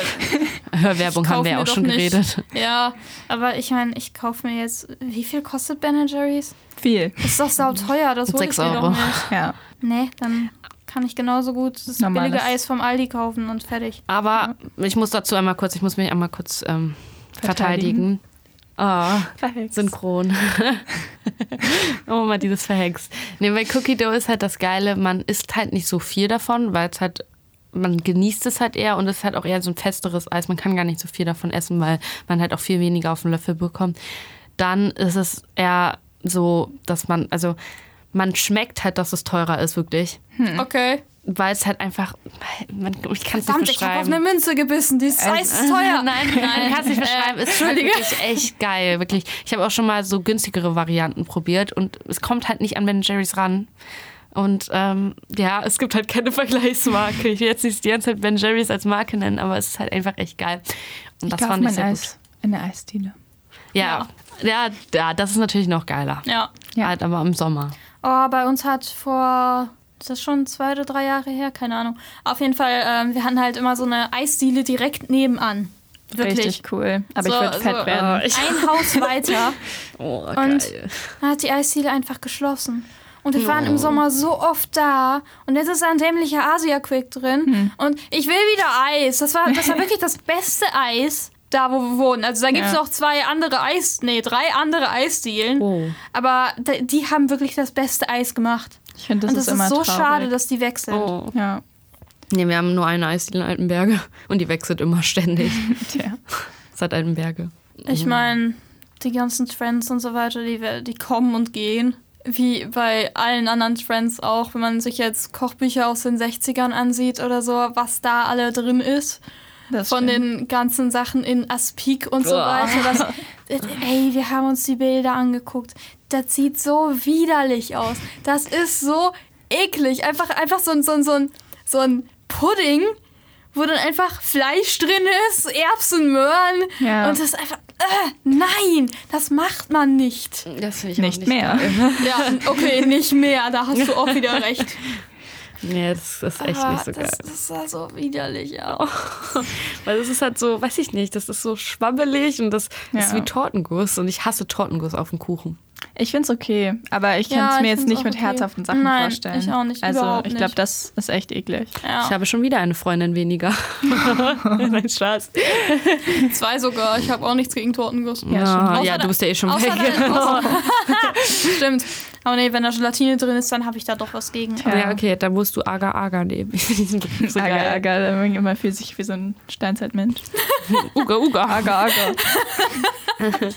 Speaker 3: Hörwerbung haben
Speaker 2: Kaufen
Speaker 3: wir ja
Speaker 2: wir
Speaker 3: auch
Speaker 2: doch
Speaker 3: schon
Speaker 2: nicht.
Speaker 3: geredet.
Speaker 2: ja. Aber ich meine, ich kaufe mir jetzt. Wie viel kostet Ben Jerry's?
Speaker 1: Viel.
Speaker 2: Ist doch sau teuer, das hole ich
Speaker 3: Sechs
Speaker 2: mir
Speaker 3: Euro.
Speaker 2: doch nicht.
Speaker 1: Ja.
Speaker 2: Nee, dann kann ich genauso gut das
Speaker 1: Normales.
Speaker 2: billige Eis vom Aldi kaufen und fertig.
Speaker 3: Aber ich muss dazu einmal kurz, ich muss mich einmal kurz ähm, verteidigen. Ah, synchron. oh mal dieses verhext. Nee, bei Cookie Dough ist halt das Geile, man isst halt nicht so viel davon, weil es halt man genießt es halt eher und es ist halt auch eher so ein festeres Eis. Man kann gar nicht so viel davon essen, weil man halt auch viel weniger auf den Löffel bekommt. Dann ist es eher so, dass man, also man schmeckt halt, dass es teurer ist, wirklich.
Speaker 1: Hm.
Speaker 2: Okay.
Speaker 3: Weil es halt einfach, man, ich kann es nicht
Speaker 2: Verdammt, ich habe auf
Speaker 3: beschreiben.
Speaker 2: eine Münze gebissen. Dieses Eis ist teuer.
Speaker 3: Nein, nein, kannst
Speaker 1: Äh,
Speaker 3: nicht beschreiben. Ist schon wirklich echt geil, wirklich. Ich habe auch schon mal so günstigere Varianten probiert und es kommt halt nicht an Ben Jerry's ran. Und ähm, ja, es gibt halt keine Vergleichsmarke. Ich will jetzt nicht die ganze Zeit Ben Jerry's als Marke nennen, aber es ist halt einfach echt geil. Und das
Speaker 1: ich
Speaker 3: fand
Speaker 1: kaufe
Speaker 3: ich
Speaker 1: mein
Speaker 3: sehr
Speaker 1: Eis in der Eisdiele.
Speaker 3: gut. Ja. Ja. ja, das ist natürlich noch geiler.
Speaker 2: Ja.
Speaker 1: Ja.
Speaker 3: Halt aber im Sommer.
Speaker 2: Oh, bei uns hat vor, ist das schon zwei oder drei Jahre her? Keine Ahnung. Auf jeden Fall, ähm, wir hatten halt immer so eine Eisdiele direkt nebenan. Wirklich.
Speaker 1: Richtig cool. Aber
Speaker 2: So-
Speaker 1: ich würde fett
Speaker 2: so, oh, äh,
Speaker 1: werden.
Speaker 2: Ein Haus weiter.
Speaker 3: Oh,
Speaker 2: Und dann hat die Eisdiele einfach geschlossen. Und wir waren im Sommer so oft da. Und jetzt ist da ein dämlicher Asia-Quick drin.
Speaker 1: Hm.
Speaker 2: Und ich will wieder Eis. Das war, das war wirklich das beste Eis da, wo wir wohnen. Also da gibt es
Speaker 1: Ja.
Speaker 2: noch zwei andere Eis... Nee, drei andere Eisdielen.
Speaker 3: Oh.
Speaker 2: Aber d- die haben wirklich das beste Eis gemacht.
Speaker 1: Ich finde, das,
Speaker 2: Und das
Speaker 1: ist
Speaker 2: ist,
Speaker 1: immer
Speaker 2: so
Speaker 1: traurig.
Speaker 2: schade, dass die weg sind.
Speaker 3: Oh.
Speaker 1: Ja,
Speaker 3: Nee, wir haben nur eine Eisdiele in Altenberge und die wechselt immer ständig.
Speaker 1: tja.
Speaker 3: Seit Altenberge.
Speaker 2: Ich meine, die ganzen Trends und so weiter, die, wer- die kommen und gehen. Wie bei allen anderen Trends auch, wenn man sich jetzt Kochbücher aus den 60ern ansieht oder so, was da alle drin ist.
Speaker 1: Das
Speaker 2: Von
Speaker 1: stimmt.
Speaker 2: den ganzen Sachen in Aspik und so
Speaker 3: Boah.
Speaker 2: weiter. Das, ey, wir haben uns die Bilder angeguckt. Das sieht so widerlich aus. Das ist so eklig. Einfach, einfach so, ein- so, ein- so, ein, so ein Pudding, wo dann einfach Fleisch drin ist, Erbsen, Möhren.
Speaker 1: Ja.
Speaker 2: Und das ist einfach. Äh, nein, das macht man nicht.
Speaker 3: Das finde ich
Speaker 1: nicht, mehr.
Speaker 2: Ja, okay, nicht mehr. Da hast du auch wieder recht.
Speaker 3: Nee, Ah, das ist echt
Speaker 2: Aber
Speaker 3: nicht so geil. Oh.
Speaker 2: das, das sah so widerlich aus.
Speaker 3: Weil es ist halt so, weiß ich nicht, das ist so schwabbelig und das ist
Speaker 1: Ja.
Speaker 3: wie Tortenguss und ich hasse Tortenguss auf dem Kuchen.
Speaker 1: Ich finde es okay, aber ich kann
Speaker 2: Ja,
Speaker 1: es
Speaker 2: ich
Speaker 1: mir jetzt
Speaker 2: find's
Speaker 1: nicht
Speaker 2: auch
Speaker 1: mit
Speaker 2: okay.
Speaker 1: herzhaften Sachen
Speaker 2: Nein,
Speaker 1: vorstellen.
Speaker 2: ich auch nicht,
Speaker 1: Also
Speaker 2: überhaupt
Speaker 1: ich glaube,
Speaker 2: nicht.
Speaker 1: das ist echt eklig.
Speaker 2: Ja.
Speaker 3: Ich habe schon wieder eine Freundin weniger. Nein, Spaß.
Speaker 2: Zwei sogar. Ich habe auch nichts gegen Tortenguss.
Speaker 1: Ja,
Speaker 3: Ja,
Speaker 2: stimmt.
Speaker 3: ja
Speaker 2: Außer
Speaker 3: du bist ja eh schon
Speaker 2: Außer
Speaker 3: weg.
Speaker 2: da, außer, stimmt. Aber nee, wenn da Gelatine drin ist, dann habe ich da doch was gegen.
Speaker 1: Tja.
Speaker 3: Ja. okay, da musst du Agar Agar nehmen. Ich finde diesen Begriff so
Speaker 1: agar,
Speaker 3: geil.
Speaker 1: agar, da bin ich immer fühlt sich wie so ein Steinzeitmensch.
Speaker 3: Uga Uga.
Speaker 1: Agar, agar.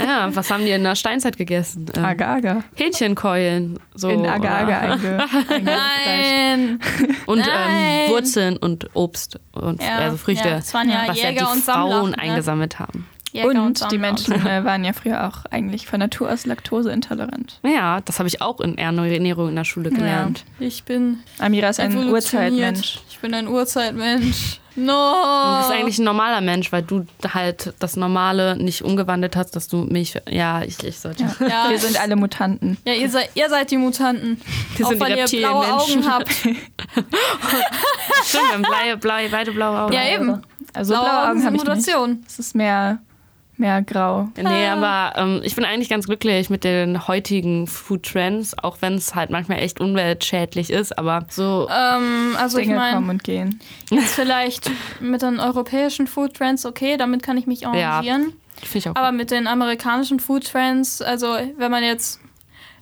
Speaker 3: Ja, was haben die in der Steinzeit gegessen? Ähm,
Speaker 1: Agar, agar.
Speaker 3: Hähnchenkeulen. So,
Speaker 1: In agar,
Speaker 3: oder-
Speaker 1: agar einge. eingefleischt.
Speaker 2: Nein.
Speaker 3: Und
Speaker 2: Nein.
Speaker 3: ähm, Wurzeln und Obst und
Speaker 2: Ja,
Speaker 3: also Früchte.
Speaker 2: ja, das waren ja
Speaker 3: was ja
Speaker 2: Jäger
Speaker 3: die
Speaker 2: und
Speaker 3: Frauen
Speaker 2: Sammler, ne?
Speaker 3: eingesammelt haben.
Speaker 2: Jäger
Speaker 1: Und die
Speaker 2: Sammler.
Speaker 1: Menschen äh, waren ja früher auch eigentlich von Natur aus laktoseintolerant.
Speaker 3: Ja, das habe ich auch in Ernährung in der Schule gelernt.
Speaker 2: Ich bin
Speaker 1: Amira ist ein
Speaker 2: evolutioniert.
Speaker 1: Urzeitmensch.
Speaker 2: Ich bin ein Urzeitmensch. No.
Speaker 3: Du
Speaker 2: Du
Speaker 1: Oh.
Speaker 3: bist eigentlich ein normaler Mensch, weil du halt das Normale nicht umgewandelt hast, dass du mich. Ja, ich, ich sollte.
Speaker 1: Ja.
Speaker 2: Ja.
Speaker 1: Wir sind alle Mutanten.
Speaker 2: Ja, ihr seid, ihr seid die Mutanten.
Speaker 3: Wir
Speaker 2: auch
Speaker 3: sind die
Speaker 2: wenn ihr blaue
Speaker 3: Reptilienmenschen.
Speaker 2: Augen habt.
Speaker 3: Stimmt, wir haben blaue, blaue, beide blaue Augen.
Speaker 2: Ja, eben.
Speaker 1: Also
Speaker 2: Blaue Augen
Speaker 1: hab
Speaker 2: sind
Speaker 1: ich nicht.
Speaker 2: Mutation.
Speaker 1: Es ist mehr, mehr grau.
Speaker 3: Nee, aber ähm, ich bin eigentlich ganz glücklich mit den heutigen Food Trends, auch wenn es halt manchmal echt umweltschädlich ist, aber
Speaker 1: äh,
Speaker 3: so.
Speaker 2: Ähm, also
Speaker 1: Dinge
Speaker 2: ich
Speaker 1: kommen
Speaker 2: meine,
Speaker 1: und gehen.
Speaker 2: jetzt vielleicht mit den europäischen Food Trends, okay, damit kann ich mich engagieren.
Speaker 3: Finde ich auch.
Speaker 2: Aber mit den amerikanischen Food Trends, also wenn man jetzt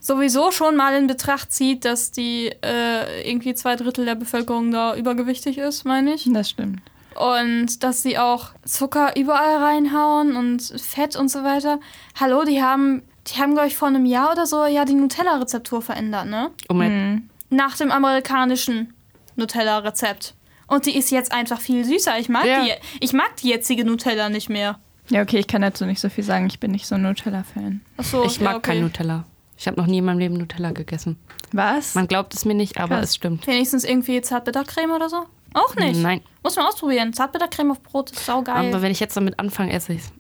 Speaker 2: sowieso schon mal in Betracht zieht, dass die äh, irgendwie zwei Drittel der Bevölkerung da übergewichtig ist, meine ich.
Speaker 1: Das stimmt.
Speaker 2: Und dass sie auch Zucker überall reinhauen und Fett und so weiter. Hallo, die haben, die haben, glaube ich, vor einem Jahr oder so ja die Nutella-Rezeptur verändert, ne?
Speaker 3: oh
Speaker 1: hm.
Speaker 3: mein,
Speaker 2: Nach dem amerikanischen Nutella-Rezept. Und die ist jetzt einfach viel süßer. Ich mag,
Speaker 3: Ja.
Speaker 2: die, ich mag die jetzige Nutella nicht mehr.
Speaker 1: Ja, okay, ich kann dazu nicht so viel sagen. Ich bin nicht so ein Nutella-Fan.
Speaker 2: Achso,
Speaker 3: ich mag
Speaker 2: ja, okay.
Speaker 3: kein Nutella. Ich habe noch nie in meinem Leben Nutella gegessen.
Speaker 1: Was?
Speaker 3: Man glaubt es mir nicht, aber
Speaker 1: Krass.
Speaker 3: es stimmt.
Speaker 2: Wenigstens irgendwie Zartbittercreme oder so? Auch nicht.
Speaker 3: Nein.
Speaker 2: Muss man ausprobieren. Zartbittercreme auf Brot ist saugeil.
Speaker 3: Aber wenn ich jetzt damit anfange, esse ich's.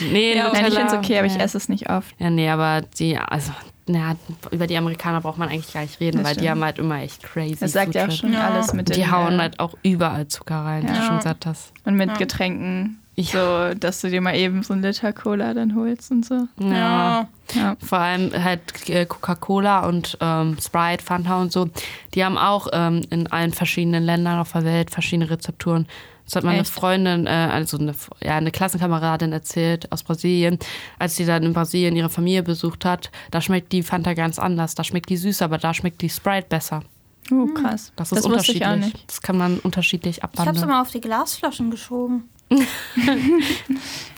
Speaker 3: nee,
Speaker 1: Nein,
Speaker 3: Nutella.
Speaker 1: ich finde es okay, aber ich
Speaker 3: nee.
Speaker 1: esse es nicht oft.
Speaker 3: Ja, nee, aber die, also, na, über die Amerikaner braucht man eigentlich gar nicht reden,
Speaker 1: Das
Speaker 3: weil die
Speaker 1: stimmt.
Speaker 3: haben halt immer echt crazy.
Speaker 1: Das sagt ja auch
Speaker 3: Zutritt.
Speaker 1: schon
Speaker 2: Ja.
Speaker 1: alles mit
Speaker 3: Die
Speaker 1: den,
Speaker 3: hauen
Speaker 1: äh,
Speaker 3: halt auch überall Zucker rein, wie du
Speaker 1: Ja.
Speaker 3: schon gesagt hast.
Speaker 1: Und mit
Speaker 2: Ja.
Speaker 1: Getränken.
Speaker 3: Ja.
Speaker 1: So, dass du dir mal eben so einen Liter Cola dann holst und so.
Speaker 3: ja.
Speaker 2: ja.
Speaker 1: Ja.
Speaker 3: Vor allem halt äh, Coca-Cola und ähm, Sprite, Fanta und so. Die haben auch ähm, in allen verschiedenen Ländern auf der Welt verschiedene Rezepturen. Das hat meine
Speaker 1: Echt?
Speaker 3: Freundin, äh, also eine, ja, eine Klassenkameradin erzählt aus Brasilien, als sie dann in Brasilien ihre Familie besucht hat. Da schmeckt die Fanta ganz anders. Da schmeckt die süß, aber da schmeckt die Sprite besser.
Speaker 2: Hm.
Speaker 1: Oh, krass.
Speaker 3: Das ist
Speaker 1: wusste
Speaker 3: unterschiedlich.
Speaker 1: ich auch nicht.
Speaker 3: Das kann man unterschiedlich
Speaker 2: Ich hab's
Speaker 3: abwandeln.
Speaker 2: immer auf die Glasflaschen geschoben.
Speaker 3: Keine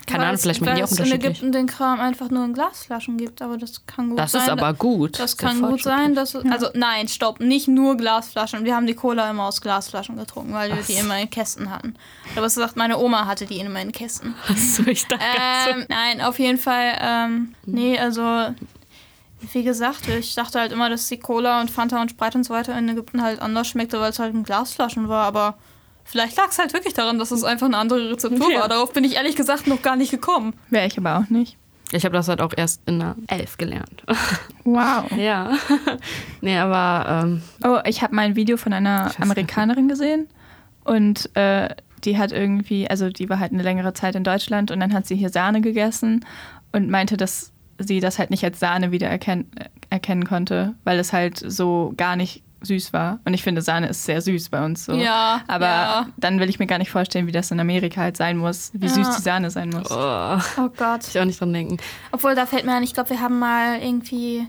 Speaker 2: Weil
Speaker 3: Ahnung,
Speaker 2: es-
Speaker 3: vielleicht machen
Speaker 2: Weil
Speaker 3: die auch
Speaker 2: es in
Speaker 3: unterschiedlich.
Speaker 2: Ägypten den Kram einfach nur in Glasflaschen gibt, aber das kann gut
Speaker 3: Das
Speaker 2: sein.
Speaker 3: ist aber gut.
Speaker 2: Das kann
Speaker 3: Sofort
Speaker 2: gut sein, dass also nein, stopp, nicht nur Glasflaschen. Wir haben die Cola immer aus Glasflaschen getrunken, weil wir
Speaker 3: Ach
Speaker 2: die
Speaker 3: so.
Speaker 2: immer in Kästen hatten. Aber es sagt, meine Oma hatte die immer in Kästen.
Speaker 3: Achso, ich dachte,
Speaker 2: Ähm, nein, auf jeden Fall. Ähm, nee, also wie gesagt, ich dachte halt immer, dass die Cola und Fanta und Sprite und so weiter in Ägypten halt anders schmeckte, weil es halt in Glasflaschen war. Aber vielleicht lag es halt wirklich daran, dass es einfach eine andere Rezeptur
Speaker 3: Ja.
Speaker 2: war. Darauf bin ich ehrlich gesagt noch gar nicht gekommen.
Speaker 1: Wäre ich aber auch nicht.
Speaker 3: ich habe das halt auch erst in der Elf gelernt.
Speaker 1: Wow.
Speaker 3: Ja. nee, aber ähm,
Speaker 1: Oh, ich habe mal ein Video von einer
Speaker 3: weiß
Speaker 1: Amerikanerin gesehen und äh, die hat irgendwie, also die war halt eine längere Zeit in Deutschland und dann hat sie hier Sahne gegessen und meinte, dass sie das halt nicht als Sahne wieder erken äh, erkennen konnte, weil es halt so gar nicht süß war. Und ich finde, Sahne ist sehr süß bei uns so.
Speaker 2: Ja,
Speaker 1: Aber
Speaker 2: ja.
Speaker 1: dann will ich mir gar nicht vorstellen, wie das in Amerika halt sein muss, wie süß
Speaker 2: Ja.
Speaker 1: die Sahne sein muss.
Speaker 3: oh,
Speaker 2: Oh Gott.
Speaker 3: ich auch nicht dran denken.
Speaker 2: Obwohl, da fällt mir ein, ich glaube, wir haben mal irgendwie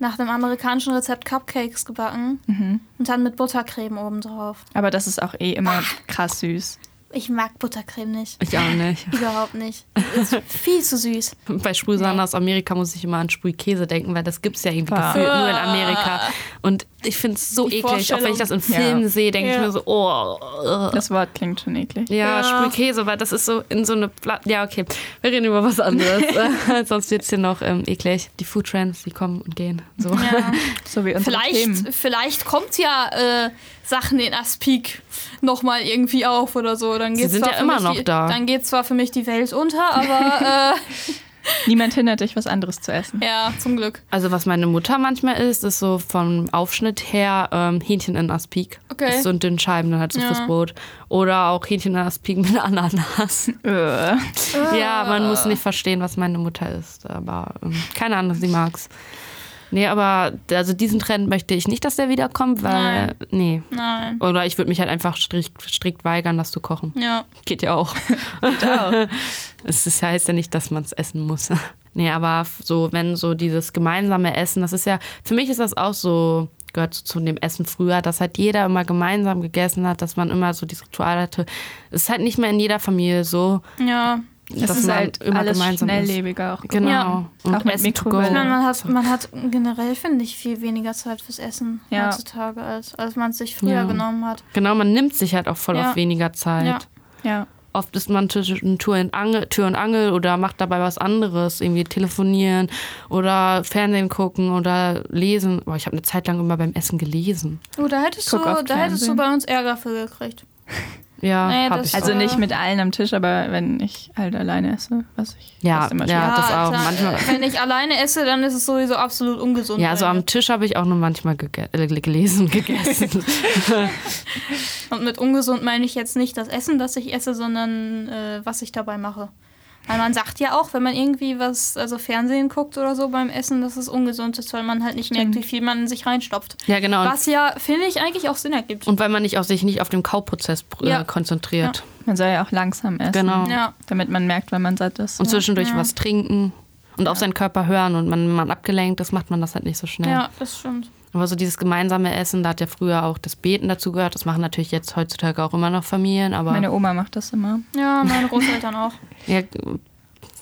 Speaker 2: nach dem amerikanischen Rezept Cupcakes gebacken und dann mit Buttercreme obendrauf.
Speaker 1: Aber das ist auch eh
Speaker 2: Ah.
Speaker 1: immer krass süß.
Speaker 2: Ich mag Buttercreme nicht.
Speaker 3: Ich auch nicht.
Speaker 2: Überhaupt nicht. Ist viel zu süß.
Speaker 3: Bei Sprühsahne aus Amerika muss ich immer an Sprühkäse denken, weil das gibt es ja irgendwie
Speaker 1: Ah.
Speaker 3: gefühlt nur in Amerika. Und ich finde es so
Speaker 2: Ah. Die
Speaker 3: eklig. Auch wenn ich das in
Speaker 1: Vorstellung.
Speaker 3: Filmen sehe, denke ich
Speaker 2: Ja.
Speaker 3: mir so, oh.
Speaker 1: Das Wort klingt schon eklig.
Speaker 3: Ja,
Speaker 2: Ja.
Speaker 3: Sprühkäse, weil das ist so in so eine. Pla ja, okay. Wir reden über was anderes. Äh, Sonst wird es hier noch ähm, eklig. Die Food Trends, die kommen und gehen. So.
Speaker 2: Ja.
Speaker 1: So wie unsere Themen.
Speaker 2: Vielleicht, vielleicht kommt ja äh, Sachen in Aspik nochmal irgendwie auf oder so. Dann geht's
Speaker 3: sind
Speaker 2: zwar
Speaker 3: ja
Speaker 2: für
Speaker 3: immer
Speaker 2: mich
Speaker 3: noch
Speaker 2: die,
Speaker 3: da.
Speaker 2: Dann geht zwar für mich die Welt unter, aber
Speaker 1: Niemand hindert dich, was anderes zu essen.
Speaker 2: äh, ja, zum Glück.
Speaker 3: Also was meine Mutter manchmal isst, ist so vom Aufschnitt her ähm, Hähnchen in Aspik.
Speaker 2: Okay.
Speaker 3: Ist so in dünnen Scheiben, dann halt so
Speaker 2: Ja.
Speaker 3: fürs Brot. Oder auch Hähnchen in Aspik mit Ananas.
Speaker 1: Äh.
Speaker 2: Ah.
Speaker 3: Ja, man muss nicht verstehen, was meine Mutter isst. Aber ähm, keine Ahnung, sie mag's. Nee, aber also diesen Trend möchte ich nicht, dass der wiederkommt, weil. Nee.
Speaker 2: Nein.
Speaker 3: Oder ich würde mich halt einfach strikt, strikt weigern, das zu kochen.
Speaker 2: Ja.
Speaker 3: Geht ja auch. Es ist- heißt ja nicht, dass man es essen muss. Nee, aber so, wenn so dieses gemeinsame Essen, das ist ja, für mich ist das auch so, gehört so zu dem Essen früher, dass halt jeder immer gemeinsam gegessen hat, dass man immer so dieses Ritual hatte. Es ist halt nicht mehr in jeder Familie so,
Speaker 2: Ja.
Speaker 1: Es
Speaker 3: dass
Speaker 1: ist
Speaker 3: man
Speaker 1: halt
Speaker 3: immer
Speaker 1: alles
Speaker 3: gemeinsam ist.
Speaker 1: schnelllebiger auch.
Speaker 3: Genau.
Speaker 2: Ja.
Speaker 3: Und
Speaker 1: Auch mit
Speaker 3: Essen to go.
Speaker 1: Mikrowelle.
Speaker 2: Ich meine,
Speaker 1: Ja.
Speaker 2: man
Speaker 3: Oh.
Speaker 2: hat, man hat generell, finde ich, viel weniger Zeit fürs Essen
Speaker 1: Ja.
Speaker 2: heutzutage, als, als man es sich früher
Speaker 3: Ja.
Speaker 2: genommen hat.
Speaker 3: Genau, man nimmt sich halt auch voll
Speaker 2: Ja.
Speaker 3: auf weniger Zeit.
Speaker 2: Ja.
Speaker 1: Ja.
Speaker 3: Oft ist man zwischen Tür und, Angel, Tür und Angel oder macht dabei was anderes, irgendwie telefonieren oder Fernsehen gucken oder lesen. Boah, ich habe eine Zeit lang immer beim Essen gelesen.
Speaker 2: Oh, da hättest, du,
Speaker 1: Guck auf
Speaker 2: da hättest du
Speaker 1: Fernsehen.
Speaker 2: bei uns Ärger für gekriegt.
Speaker 3: Ja,
Speaker 2: Naja,
Speaker 3: hab
Speaker 2: das-
Speaker 3: ich
Speaker 1: Also
Speaker 3: auch.
Speaker 2: Ja.
Speaker 1: nicht mit allen am Tisch, aber wenn ich halt alleine esse, was ich
Speaker 3: Ja,
Speaker 1: was immer schwer.
Speaker 3: ja. das auch.
Speaker 2: klar.
Speaker 3: Manchmal-
Speaker 2: Wenn ich alleine esse, dann ist es sowieso absolut ungesund.
Speaker 3: Ja, so
Speaker 2: bei
Speaker 3: am
Speaker 2: mir.
Speaker 3: Tisch habe ich auch nur manchmal gege äh, gelesen und gegessen.
Speaker 2: Und mit ungesund meine ich jetzt nicht das Essen, das ich esse, sondern äh, was ich dabei mache. Weil man sagt ja auch, wenn man irgendwie was, also Fernsehen guckt oder so beim Essen, dass es ungesund ist, weil man halt nicht merkt, wie viel man in sich reinstopft.
Speaker 3: ja, genau. Und,
Speaker 2: Was ja, finde ich, eigentlich auch Sinn ergibt.
Speaker 3: und weil man nicht auf sich nicht auf den Kauprozess äh,
Speaker 2: Ja.
Speaker 3: konzentriert.
Speaker 1: Man soll ja auch langsam essen.
Speaker 3: Genau.
Speaker 2: Ja.
Speaker 1: Damit man merkt, wenn man satt ist.
Speaker 3: Und zwischendurch was trinken und auf seinen Körper hören. Und wenn man abgelenkt ist, macht man das halt nicht so schnell.
Speaker 2: Ja, das stimmt.
Speaker 3: Aber so dieses gemeinsame Essen, da hat ja früher auch das Beten dazu gehört. Das machen natürlich jetzt heutzutage auch immer noch Familien, aber
Speaker 1: Meine Oma macht das immer.
Speaker 2: Ja, meine Großeltern auch.
Speaker 3: ja,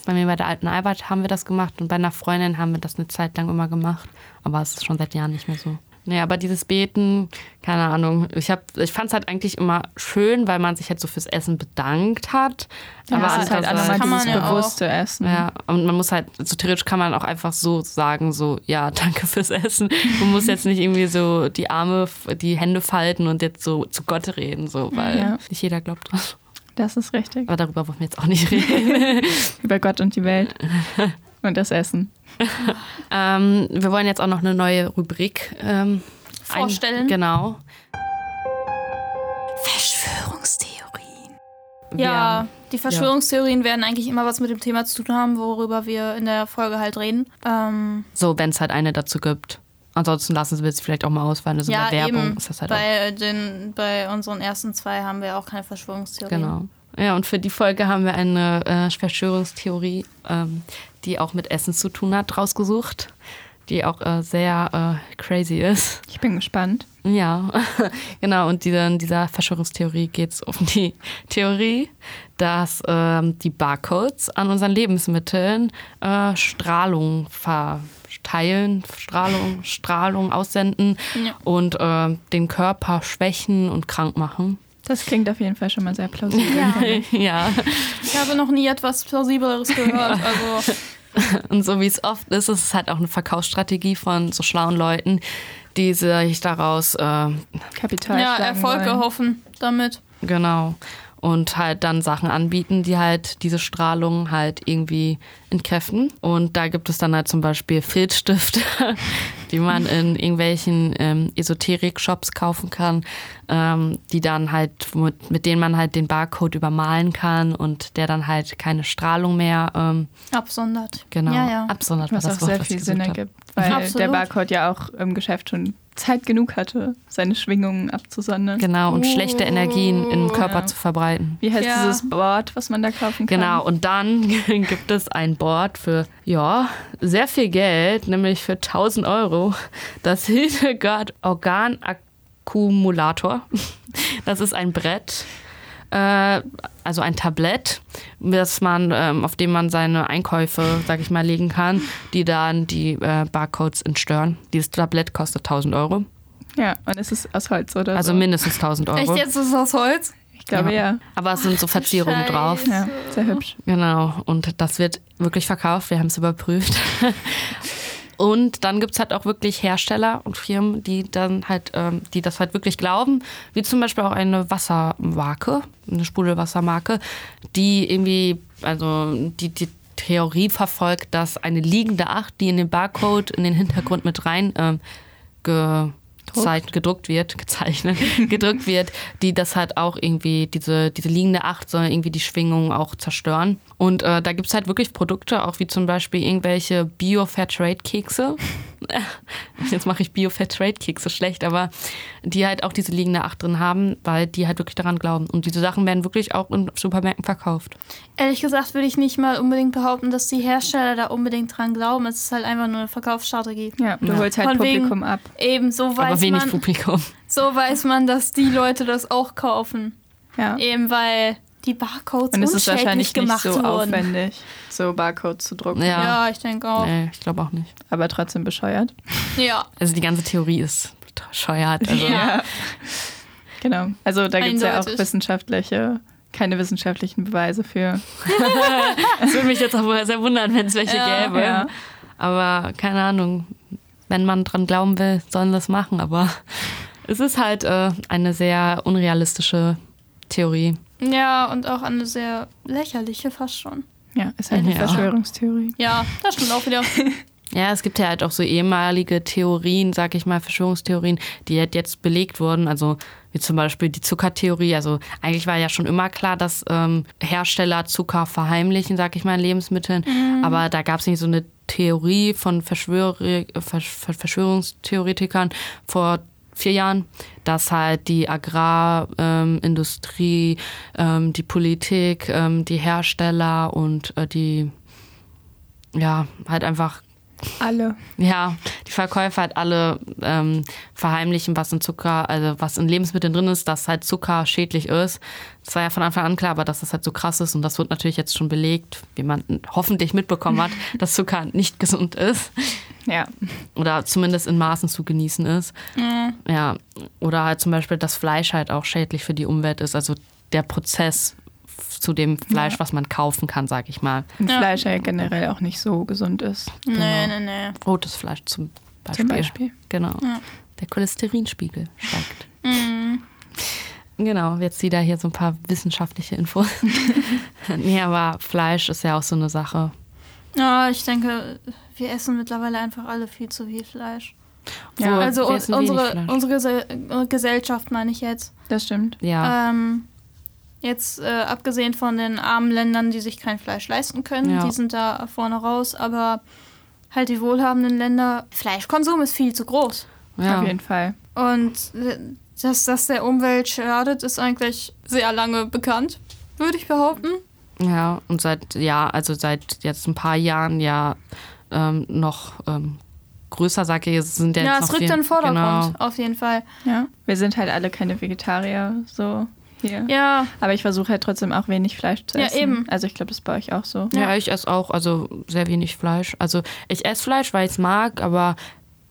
Speaker 3: bei mir bei der alten Albert haben wir das gemacht und bei einer Freundin haben wir das eine Zeit lang immer gemacht. Aber es ist schon seit Jahren nicht mehr so. Naja, aber dieses Beten, keine Ahnung. Ich, hab- ich fand es halt eigentlich immer schön, weil man sich halt so fürs Essen bedankt hat.
Speaker 1: aber
Speaker 3: aber
Speaker 1: es ist halt
Speaker 3: andererseits-
Speaker 1: einmal
Speaker 2: kann man
Speaker 1: dieses
Speaker 2: ja auch.
Speaker 1: bewusste Essen.
Speaker 3: Ja, und man muss halt, so theoretisch kann man auch einfach so sagen, so, ja, danke fürs Essen. Man muss jetzt nicht irgendwie so die Arme, die Hände falten und jetzt so zu Gott reden, so, weil
Speaker 1: Ja.
Speaker 3: nicht jeder glaubt dran.
Speaker 1: Das ist richtig.
Speaker 3: Aber darüber wollen wir jetzt auch nicht reden.
Speaker 1: Über Gott und die Welt. Und das Essen.
Speaker 3: ähm, wir wollen jetzt auch noch eine neue Rubrik ähm, ein-
Speaker 2: Vorstellen.
Speaker 3: Genau.
Speaker 2: Verschwörungstheorien. Ja, die Verschwörungstheorien werden eigentlich immer was mit dem Thema zu tun haben, worüber wir in der Folge halt reden. Ähm,
Speaker 3: So, wenn es halt eine dazu gibt. Ansonsten lassen wir es vielleicht auch mal aus, weil so
Speaker 2: ja,
Speaker 3: bei Werbung
Speaker 2: eben.
Speaker 3: ist das halt auch.
Speaker 2: bei, den, bei unseren ersten zwei haben wir auch keine Verschwörungstheorien.
Speaker 3: Genau. Ja, und für die Folge haben wir eine äh, Verschwörungstheorie, ähm, die auch mit Essen zu tun hat, rausgesucht, die auch äh, sehr äh, crazy ist.
Speaker 1: Ich bin gespannt.
Speaker 3: Ja, genau. Und diese, in dieser Verschwörungstheorie geht es um die Theorie, dass ähm, die Barcodes an unseren Lebensmitteln äh, Strahlung verteilen, Strahlung, Strahlung aussenden
Speaker 2: Ja.
Speaker 3: und ähm, den Körper schwächen und krank machen.
Speaker 1: Das klingt auf jeden Fall schon mal sehr plausibel.
Speaker 3: ja.
Speaker 2: Ich habe noch nie etwas Plausibleres gehört. Also,
Speaker 3: Und so wie es oft ist, ist es halt auch eine Verkaufsstrategie von so schlauen Leuten, die sich daraus, äh,
Speaker 1: Kapital.
Speaker 2: ja,
Speaker 1: schlagen
Speaker 2: Erfolg
Speaker 1: wollen.
Speaker 2: erhoffen damit.
Speaker 3: genau, und halt dann Sachen anbieten, die halt diese Strahlung halt irgendwie entkräften. Und da gibt es dann halt zum Beispiel Filzstifte, die man in irgendwelchen ähm, Esoterik-Shops kaufen kann, ähm, die dann halt, mit, mit denen man halt den Barcode übermalen kann und der dann halt keine Strahlung mehr, ähm,
Speaker 2: Absondert.
Speaker 3: genau,
Speaker 2: Ja, ja.
Speaker 3: absondert. war
Speaker 1: Was
Speaker 3: das
Speaker 1: auch
Speaker 3: Wort,
Speaker 1: sehr
Speaker 3: was ich
Speaker 1: viel
Speaker 3: gesucht
Speaker 1: Sinn
Speaker 3: habe.
Speaker 1: ergibt, weil der
Speaker 2: Absolut.
Speaker 1: Barcode ja auch im Geschäft schon Zeit genug hatte, seine Schwingungen abzusondern.
Speaker 3: Genau, und schlechte Energien im Körper
Speaker 1: Uh.
Speaker 3: zu verbreiten.
Speaker 1: Wie heißt
Speaker 2: Ja.
Speaker 1: dieses Board, was man da kaufen kann?
Speaker 3: Genau, und dann gibt es ein Board für, ja, sehr viel Geld, nämlich für 1000 Euro. Das Hildegard Organakkumulator. Das ist ein Brett, äh, also ein Tablett, das man, ähm, auf dem man seine Einkäufe, sag ich mal, legen kann, die dann die äh, Barcodes entstören. Dieses Tablett kostet 1000 Euro,
Speaker 1: Ja, und es ist aus Holz oder
Speaker 3: also
Speaker 1: so.
Speaker 3: mindestens 1000 Euro. Genau.
Speaker 2: Echt jetzt ist es aus Holz?
Speaker 1: Ich glaube ja.
Speaker 3: Aber es sind so Verzierungen
Speaker 2: Scheiße.
Speaker 3: drauf.
Speaker 1: Ja, sehr hübsch.
Speaker 3: Genau, und das wird wirklich verkauft, wir haben es überprüft. Und dann gibt es halt auch wirklich Hersteller und Firmen, die dann halt, ähm, die das halt wirklich glauben, wie zum Beispiel auch eine Wassermarke, eine Sprudelwassermarke, die irgendwie, also die, die Theorie verfolgt, dass eine liegende Acht, die in den Barcode in den Hintergrund mit rein ähm, ge gezeichnet, gedruckt wird, gezeichnet, gedrückt wird, die das halt auch irgendwie, diese, diese liegende Acht soll irgendwie die Schwingung auch zerstören. Und äh, da gibt es halt wirklich Produkte, auch wie zum Beispiel irgendwelche Bio-Fairtrade-Kekse. Jetzt mache ich Bio-Fairtrade-Kekse schlecht, aber die halt auch diese liegende Acht drin haben, weil die halt wirklich daran glauben. Und diese Sachen werden wirklich auch in Supermärkten verkauft.
Speaker 2: Ehrlich gesagt würde ich nicht mal unbedingt behaupten, dass die Hersteller da unbedingt dran glauben. Es ist halt einfach nur eine Verkaufsstrategie.
Speaker 1: Ja, du
Speaker 3: Ja.
Speaker 1: holst halt
Speaker 2: Von wegen-
Speaker 1: Publikum ab.
Speaker 2: Eben, so
Speaker 3: Aber
Speaker 2: weiß,
Speaker 3: wenig
Speaker 2: man,
Speaker 3: Publikum.
Speaker 2: so weiß man, dass die Leute das auch kaufen.
Speaker 1: Ja.
Speaker 2: Eben weil die Barcodes
Speaker 1: Und es ist wahrscheinlich nicht
Speaker 2: gemacht
Speaker 1: so
Speaker 2: wurden.
Speaker 1: aufwendig, so Barcodes zu drucken,
Speaker 3: Ja.
Speaker 2: Ja, ich denke auch.
Speaker 3: Nee, ich glaube auch nicht.
Speaker 1: aber trotzdem bescheuert.
Speaker 2: Ja,
Speaker 3: Also die ganze Theorie ist bescheuert. Also,
Speaker 2: Ja.
Speaker 1: Genau. Also da gibt es ja auch
Speaker 2: Eindeutig.
Speaker 1: wissenschaftliche, keine wissenschaftlichen Beweise für.
Speaker 3: Das würde mich jetzt auch sehr wundern, wenn es welche
Speaker 2: Ja,
Speaker 3: gäbe.
Speaker 1: ja.
Speaker 3: Aber keine Ahnung, wenn man dran glauben will, sollen das machen. Aber es ist halt äh, eine sehr unrealistische Theorie.
Speaker 2: ja, und auch eine sehr lächerliche fast schon.
Speaker 1: Ja, ist halt eine
Speaker 3: Ja.
Speaker 1: Verschwörungstheorie.
Speaker 2: Ja, das stimmt auch wieder.
Speaker 3: Ja, es gibt ja halt auch so ehemalige Theorien, sag ich mal, Verschwörungstheorien, die halt jetzt belegt wurden. Also wie zum Beispiel die Zuckertheorie. Also eigentlich war ja schon immer klar, dass ähm, Hersteller Zucker verheimlichen, sag ich mal, in Lebensmitteln. Aber da gab es nicht so eine Theorie von Verschwöre, Versch Ver- Verschwörungstheoretikern vor vier Jahren, dass halt die Agrarindustrie, ähm, die Politik, ähm, die Hersteller und äh, die ja, halt einfach
Speaker 1: Alle.
Speaker 3: ja, die Verkäufer halt alle ähm, verheimlichen, was in Zucker, also was in Lebensmitteln drin ist, dass halt Zucker schädlich ist. Das war ja von Anfang an klar, aber dass das halt so krass ist und das wird natürlich jetzt schon belegt, wie man hoffentlich mitbekommen hat, dass Zucker nicht gesund ist.
Speaker 1: Ja.
Speaker 3: Oder zumindest in Maßen zu genießen ist. Ja. Oder halt zum Beispiel, dass Fleisch halt auch schädlich für die Umwelt ist. Also der Prozess f- zu dem Fleisch, was man kaufen kann, sag ich mal.
Speaker 1: Und
Speaker 2: Ja.
Speaker 1: Fleisch ja generell auch nicht so gesund ist.
Speaker 2: Nee, nee,
Speaker 1: Genau.
Speaker 2: nee.
Speaker 3: Rotes Fleisch zum Beispiel.
Speaker 1: Zum Beispiel.
Speaker 3: Genau. Der Cholesterinspiegel steigt.
Speaker 2: Mhm.
Speaker 3: Genau, jetzt wieder hier so ein paar wissenschaftliche Infos. nee, aber Fleisch ist ja auch so eine Sache.
Speaker 2: Ja, ich denke, wir essen mittlerweile einfach alle viel zu viel Fleisch.
Speaker 1: Ja,
Speaker 3: Wo-
Speaker 2: also
Speaker 3: wir
Speaker 2: un-
Speaker 3: essen wenig
Speaker 2: unsere,
Speaker 3: Fleisch.
Speaker 2: unsere Gesell- äh, Gesellschaft meine ich jetzt.
Speaker 1: Das stimmt.
Speaker 3: ja,
Speaker 2: Ähm, jetzt äh, abgesehen von den armen Ländern, die sich kein Fleisch leisten können,
Speaker 3: Ja.
Speaker 2: die sind da vorne raus, aber halt die wohlhabenden Länder, Fleischkonsum ist viel zu groß.
Speaker 1: Auf
Speaker 3: ja.
Speaker 1: jeden Fall.
Speaker 2: Und äh, dass das der Umwelt schadet, ist eigentlich sehr lange bekannt, würde ich behaupten.
Speaker 3: ja, und seit ja, also seit jetzt ein paar Jahren ja ähm, noch ähm, größer, sage ich, es sind ja,
Speaker 2: Ja,
Speaker 3: jetzt
Speaker 2: es
Speaker 3: noch
Speaker 2: rückt
Speaker 3: viel-
Speaker 2: in den Vordergrund,
Speaker 3: Genau.
Speaker 2: auf jeden Fall.
Speaker 1: Ja. Wir sind halt alle keine Vegetarier, so hier.
Speaker 2: Ja,
Speaker 1: Aber ich versuche halt trotzdem auch wenig Fleisch zu
Speaker 2: Ja,
Speaker 1: essen.
Speaker 2: eben.
Speaker 1: Also ich glaube, das ist bei euch auch so.
Speaker 3: Ja. ich esse auch, also sehr wenig Fleisch. Also ich esse Fleisch, weil ich es mag, aber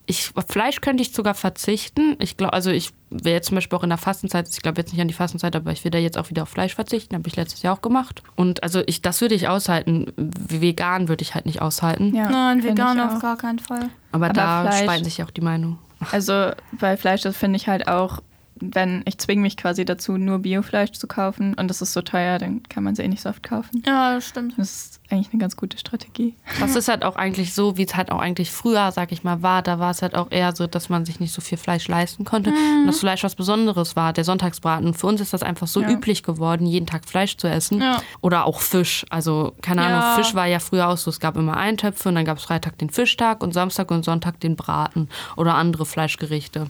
Speaker 3: ich, auf Fleisch könnte ich sogar verzichten. Ich glaube, also ich wäre jetzt zum Beispiel auch in der Fastenzeit, ich glaube jetzt nicht an die Fastenzeit, aber ich will da jetzt auch wieder auf Fleisch verzichten, habe ich letztes Jahr auch gemacht. Und also ich, das würde ich aushalten. Vegan würde ich halt nicht aushalten.
Speaker 1: Ja,
Speaker 2: nein,
Speaker 1: finde
Speaker 2: vegan
Speaker 1: ich
Speaker 2: auf
Speaker 1: auch.
Speaker 2: gar keinen Fall.
Speaker 3: Aber,
Speaker 1: Aber
Speaker 3: da
Speaker 1: Fleisch-
Speaker 3: spalten sich ja auch die Meinungen.
Speaker 1: Also bei Fleisch, das finde ich halt auch, wenn ich zwinge mich quasi dazu, nur Biofleisch zu kaufen und das ist so teuer, dann kann man es eh nicht so oft kaufen.
Speaker 2: Ja, das stimmt.
Speaker 1: Das ist eigentlich eine ganz gute Strategie.
Speaker 3: Das ist halt auch eigentlich so, wie es halt auch eigentlich früher, sag ich mal, war. Da war es halt auch eher so, dass man sich nicht so viel Fleisch leisten konnte.
Speaker 2: Mhm.
Speaker 3: Und das Fleisch was Besonderes war, der Sonntagsbraten. Für uns ist das einfach so
Speaker 1: Ja.
Speaker 3: üblich geworden, jeden Tag Fleisch zu essen.
Speaker 2: Ja.
Speaker 3: Oder auch Fisch. Also, keine Ahnung,
Speaker 2: Ja.
Speaker 3: Fisch war ja früher auch so. Es gab immer Eintöpfe und dann gab es Freitag den Fischtag und Samstag und Sonntag den Braten oder andere Fleischgerichte.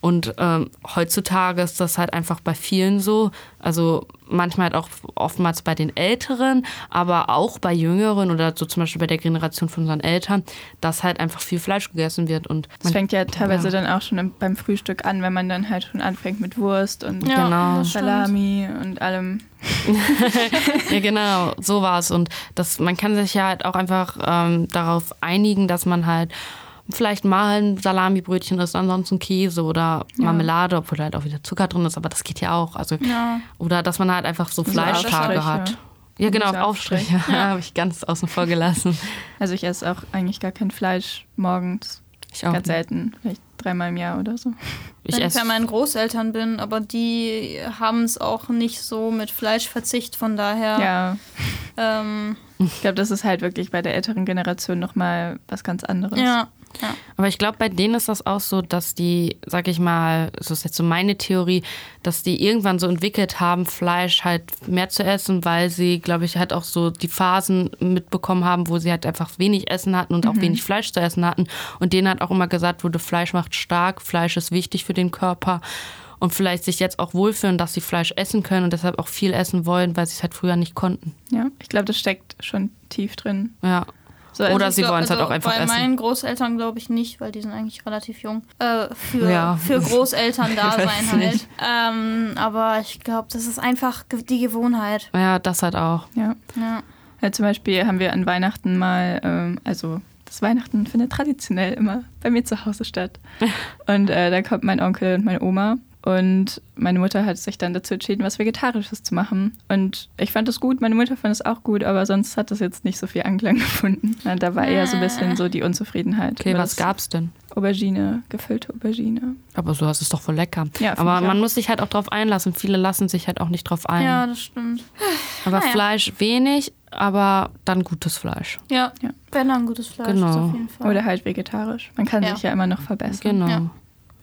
Speaker 3: Und ähm, heutzutage ist das halt einfach bei vielen so. Also manchmal halt auch oftmals bei den Älteren, aber auch bei Jüngeren oder so zum Beispiel bei der Generation von unseren Eltern, dass halt einfach viel Fleisch gegessen wird. Und
Speaker 1: Das fängt ja teilweise
Speaker 3: ja.
Speaker 1: dann auch schon im, beim Frühstück an, wenn man dann halt schon anfängt mit Wurst und
Speaker 2: Ja,
Speaker 3: Genau.
Speaker 2: das stimmt.
Speaker 1: Salami und allem.
Speaker 3: Ja, genau, so war es. Und das, man kann sich ja halt auch einfach ähm, darauf einigen, dass man halt vielleicht mal ein Salamibrötchen isst, ansonsten Käse oder Marmelade, obwohl da halt auch wieder Zucker drin ist, aber das geht ja auch. Also,
Speaker 2: Ja.
Speaker 3: Oder dass man halt einfach so
Speaker 1: Aufstriche.
Speaker 3: Fleischtage hat. Ja, genau,
Speaker 1: Diese Aufstriche.
Speaker 3: Aufstriche habe ich ganz außen vor gelassen.
Speaker 1: Also ich esse auch eigentlich gar kein Fleisch morgens.
Speaker 3: Ich auch.
Speaker 1: Ganz selten, vielleicht dreimal im Jahr oder so.
Speaker 3: Ich
Speaker 2: Wenn ich bei
Speaker 3: esse
Speaker 2: meinen Großeltern bin, aber die haben es auch nicht so mit Fleischverzicht, von daher.
Speaker 1: Ja,
Speaker 2: Ähm,
Speaker 1: ich glaube, das ist halt wirklich bei der älteren Generation nochmal was ganz anderes.
Speaker 2: ja.
Speaker 3: Aber ich glaube, bei denen ist das auch so, dass die, sag ich mal, das ist jetzt so meine Theorie, dass die irgendwann so entwickelt haben, Fleisch halt mehr zu essen, weil sie, glaube ich, halt auch so die Phasen mitbekommen haben, wo sie halt einfach wenig Essen hatten und auch
Speaker 1: Mhm.
Speaker 3: wenig Fleisch zu essen hatten. Und denen hat auch immer gesagt wurde, Fleisch macht stark, Fleisch ist wichtig für den Körper. Und vielleicht sich jetzt auch wohlfühlen, dass sie Fleisch essen können und deshalb auch viel essen wollen, weil sie es halt früher nicht konnten.
Speaker 1: ja. Ich glaube, das steckt schon tief drin.
Speaker 3: Ja.
Speaker 1: So, also
Speaker 3: Oder
Speaker 1: ich
Speaker 3: sie
Speaker 2: glaub-
Speaker 3: wollen es halt
Speaker 2: also
Speaker 3: auch einfach
Speaker 2: Bei
Speaker 3: essen.
Speaker 2: meinen Großeltern glaube ich nicht, weil die sind eigentlich relativ jung. Äh, für,
Speaker 3: Ja.
Speaker 2: für Großeltern da
Speaker 3: Ich
Speaker 2: sein
Speaker 3: weiß
Speaker 2: halt.
Speaker 3: nicht.
Speaker 2: Ähm, aber ich glaube, das ist einfach ge- die Gewohnheit.
Speaker 3: ja, das halt auch.
Speaker 1: Ja.
Speaker 2: Ja.
Speaker 1: ja. Zum Beispiel haben wir an Weihnachten mal, ähm, also das Weihnachten findet traditionell immer bei mir zu Hause statt. Und äh, da kommt mein Onkel und meine Oma. Und meine Mutter hat sich dann dazu entschieden, was Vegetarisches zu machen. Und ich fand das gut, meine Mutter fand es auch gut, aber sonst hat das jetzt nicht so viel Anklang gefunden. Na, da war eher so ein bisschen so die Unzufriedenheit.
Speaker 3: Ah. Okay,
Speaker 1: über
Speaker 3: was
Speaker 1: das
Speaker 3: gab's denn?
Speaker 1: Aubergine, gefüllte Aubergine.
Speaker 3: Aber sowas ist doch voll lecker.
Speaker 1: Ja, find
Speaker 3: Aber
Speaker 1: ich auch.
Speaker 3: man muss sich halt auch drauf einlassen. Viele lassen sich halt auch nicht drauf ein.
Speaker 2: ja, das stimmt.
Speaker 3: aber
Speaker 2: naja.
Speaker 3: Fleisch wenig, aber dann gutes Fleisch.
Speaker 2: Ja,
Speaker 1: Ja.
Speaker 2: wenn dann gutes Fleisch
Speaker 3: Genau.
Speaker 2: ist auf jeden Fall.
Speaker 1: Oder halt vegetarisch. Man kann
Speaker 2: Ja.
Speaker 1: sich ja immer noch verbessern.
Speaker 3: Genau.
Speaker 2: Ja.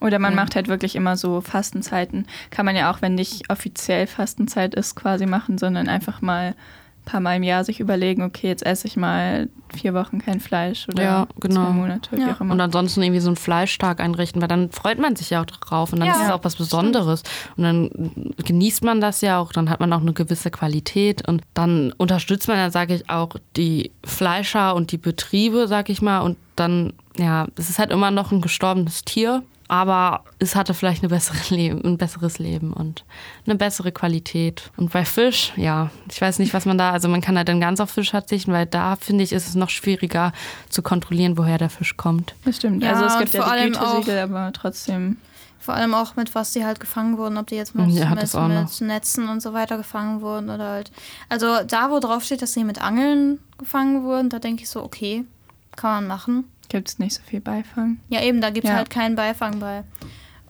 Speaker 1: Oder man macht halt wirklich immer so Fastenzeiten. Kann man ja auch, wenn nicht offiziell Fastenzeit ist, quasi machen, sondern einfach mal ein paar Mal im Jahr sich überlegen, okay, jetzt esse ich mal vier Wochen kein Fleisch oder
Speaker 3: Ja, genau.
Speaker 1: zwei Monate, wie
Speaker 2: Ja.
Speaker 1: auch immer.
Speaker 3: Und ansonsten irgendwie so einen Fleischtag einrichten, weil dann freut man sich ja auch drauf und dann
Speaker 2: Ja,
Speaker 3: ist es auch was Besonderes. Und dann genießt man das ja auch, dann hat man auch eine gewisse Qualität und dann unterstützt man ja, sage ich, auch die Fleischer und die Betriebe, sag ich mal. Und dann, ja, es ist halt immer noch ein gestorbenes Tier. aber es hatte vielleicht eine bessere Leben, ein besseres Leben und eine bessere Qualität. Und bei Fisch, ja, ich weiß nicht, was man da, also man kann halt dann ganz auf Fisch verzichten, weil da finde ich, ist es noch schwieriger zu kontrollieren, woher der Fisch kommt.
Speaker 1: Das stimmt.
Speaker 2: Ja,
Speaker 1: also es
Speaker 2: und
Speaker 1: gibt ja
Speaker 2: vor
Speaker 1: die
Speaker 2: allem
Speaker 1: Gütesiegel, aber trotzdem.
Speaker 2: Vor allem auch mit was die halt gefangen wurden, ob die jetzt mit,
Speaker 3: Ja,
Speaker 2: mit,
Speaker 3: das auch noch.
Speaker 2: mit Netzen und so weiter gefangen wurden oder halt. Also da, wo drauf steht, dass sie mit Angeln gefangen wurden, da denke ich so, okay, kann man machen.
Speaker 1: Gibt es nicht so viel Beifang.
Speaker 2: Ja, eben, da gibt es
Speaker 1: Ja.
Speaker 2: halt keinen Beifang bei.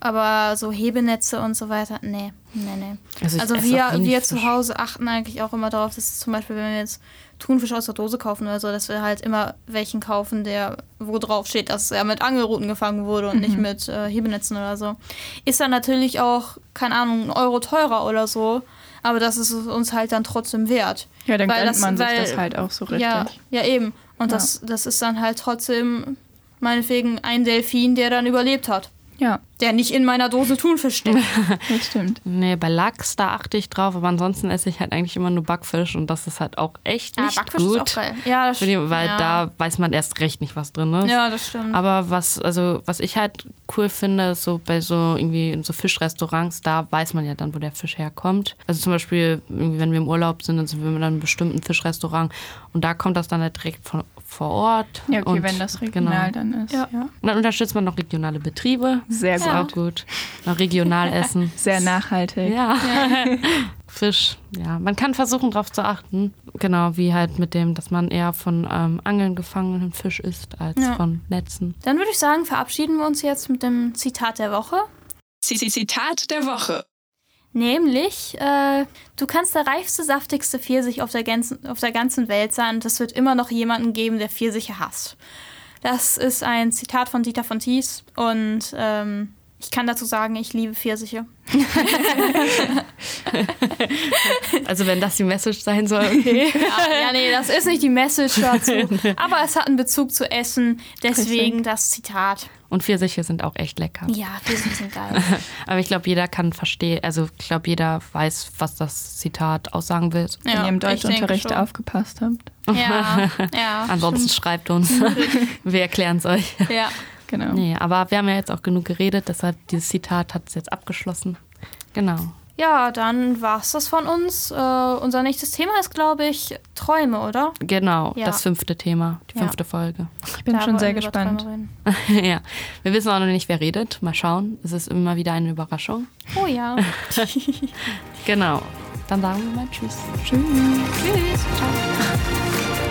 Speaker 2: Aber so Hebenetze und so weiter, nee, nee, nee.
Speaker 3: ich
Speaker 2: Also
Speaker 3: esse auch eh
Speaker 2: wir,
Speaker 3: wenig
Speaker 2: wir zu
Speaker 3: Fisch.
Speaker 2: Hause achten eigentlich auch immer darauf, dass zum Beispiel, wenn wir jetzt Thunfisch aus der Dose kaufen oder so, dass wir halt immer welchen kaufen, der wo drauf steht, dass er mit Angelruten gefangen wurde und nicht
Speaker 1: Mhm.
Speaker 2: mit äh, Hebenetzen oder so. Ist dann natürlich auch, keine Ahnung, ein Euro teurer oder so, aber das ist es uns halt dann trotzdem wert.
Speaker 1: Ja, dann
Speaker 2: Weil
Speaker 1: gönnt
Speaker 2: das-
Speaker 1: man sich
Speaker 2: weil-
Speaker 1: das halt auch so richtig.
Speaker 2: Ja, ja eben. Und
Speaker 1: Ja.
Speaker 2: Das, das ist dann halt trotzdem meinetwegen ein Delfin, der dann überlebt hat.
Speaker 1: ja
Speaker 2: Der nicht in meiner Dose Thunfisch steckt.
Speaker 1: das stimmt.
Speaker 3: Nee, bei Lachs, da achte ich drauf, aber ansonsten esse ich halt eigentlich immer nur Backfisch und das ist halt auch echt nicht gut.
Speaker 2: geil. Ja, das
Speaker 3: Für die-
Speaker 2: stimmt.
Speaker 3: Weil
Speaker 2: ja.
Speaker 3: da weiß man erst recht nicht, was drin ist.
Speaker 2: ja, das stimmt.
Speaker 3: Aber was, also, was ich halt cool finde, ist so bei so irgendwie in so Fischrestaurants, da weiß man ja dann, wo der Fisch herkommt. Also zum Beispiel, irgendwie, wenn wir im Urlaub sind, dann sind wir in einem bestimmten Fischrestaurant und da kommt das dann halt direkt von, vor Ort.
Speaker 1: Ja, okay,
Speaker 3: und, genau.
Speaker 1: wenn das regional dann ist.
Speaker 2: Ja.
Speaker 1: Ja.
Speaker 3: Und dann unterstützt man noch regionale Betriebe.
Speaker 1: Sehr
Speaker 3: Ist
Speaker 1: gut.
Speaker 3: auch gut. Noch regional essen.
Speaker 1: Sehr nachhaltig.
Speaker 3: Ja. Fisch, ja. Man kann versuchen, darauf zu achten. Genau, wie halt mit dem, dass man eher von ähm, Angeln gefangenen Fisch isst, als
Speaker 2: Ja.
Speaker 3: von Netzen.
Speaker 2: Dann würde ich sagen, verabschieden wir uns jetzt mit dem Zitat der Woche.
Speaker 4: Zitat der Woche.
Speaker 2: Nämlich, äh, du kannst der reifste, saftigste Pfirsich auf der, ganzen, auf der ganzen Welt sein und es wird immer noch jemanden geben, der Pfirsiche hasst. Das ist ein Zitat von Dieter von Thies und ähm, ich kann dazu sagen, ich liebe Pfirsiche.
Speaker 3: Also wenn das die Message sein soll, okay.
Speaker 2: Ja, ja, nee, das ist nicht die Message dazu, aber es hat einen Bezug zu Essen, deswegen das Zitat.
Speaker 3: Und Pfirsiche sind auch echt lecker.
Speaker 2: Ja, Pfirsiche sind geil.
Speaker 3: Aber ich glaube, jeder kann verstehen, also ich glaube, jeder weiß, was das Zitat aussagen will.
Speaker 1: Wenn
Speaker 2: Ja,
Speaker 1: ihr im
Speaker 2: ich denke
Speaker 1: Deutschunterricht
Speaker 2: schon.
Speaker 1: aufgepasst habt.
Speaker 2: Ja, ja.
Speaker 3: Ansonsten schreibt uns. Wir erklären es euch.
Speaker 2: stimmt. Ja.
Speaker 1: Genau.
Speaker 3: Nee, aber wir haben ja jetzt auch genug geredet, deshalb dieses Zitat hat es jetzt abgeschlossen. Genau.
Speaker 2: Ja, dann war's das von uns. Äh, unser nächstes Thema ist, glaube ich, Träume, oder?
Speaker 3: Genau,
Speaker 2: Ja.
Speaker 3: das fünfte Thema, die
Speaker 2: Ja.
Speaker 3: fünfte Folge.
Speaker 1: Ich bin
Speaker 2: Da
Speaker 1: schon sehr
Speaker 2: wollen wir über
Speaker 1: gespannt.
Speaker 2: Träume reden.
Speaker 3: ja, wir wissen auch noch nicht, wer redet. Mal schauen. Es ist immer wieder eine Überraschung.
Speaker 2: Oh ja.
Speaker 3: Genau. Dann sagen wir mal Tschüss.
Speaker 1: Tschüss.
Speaker 2: Tschüss. Ciao.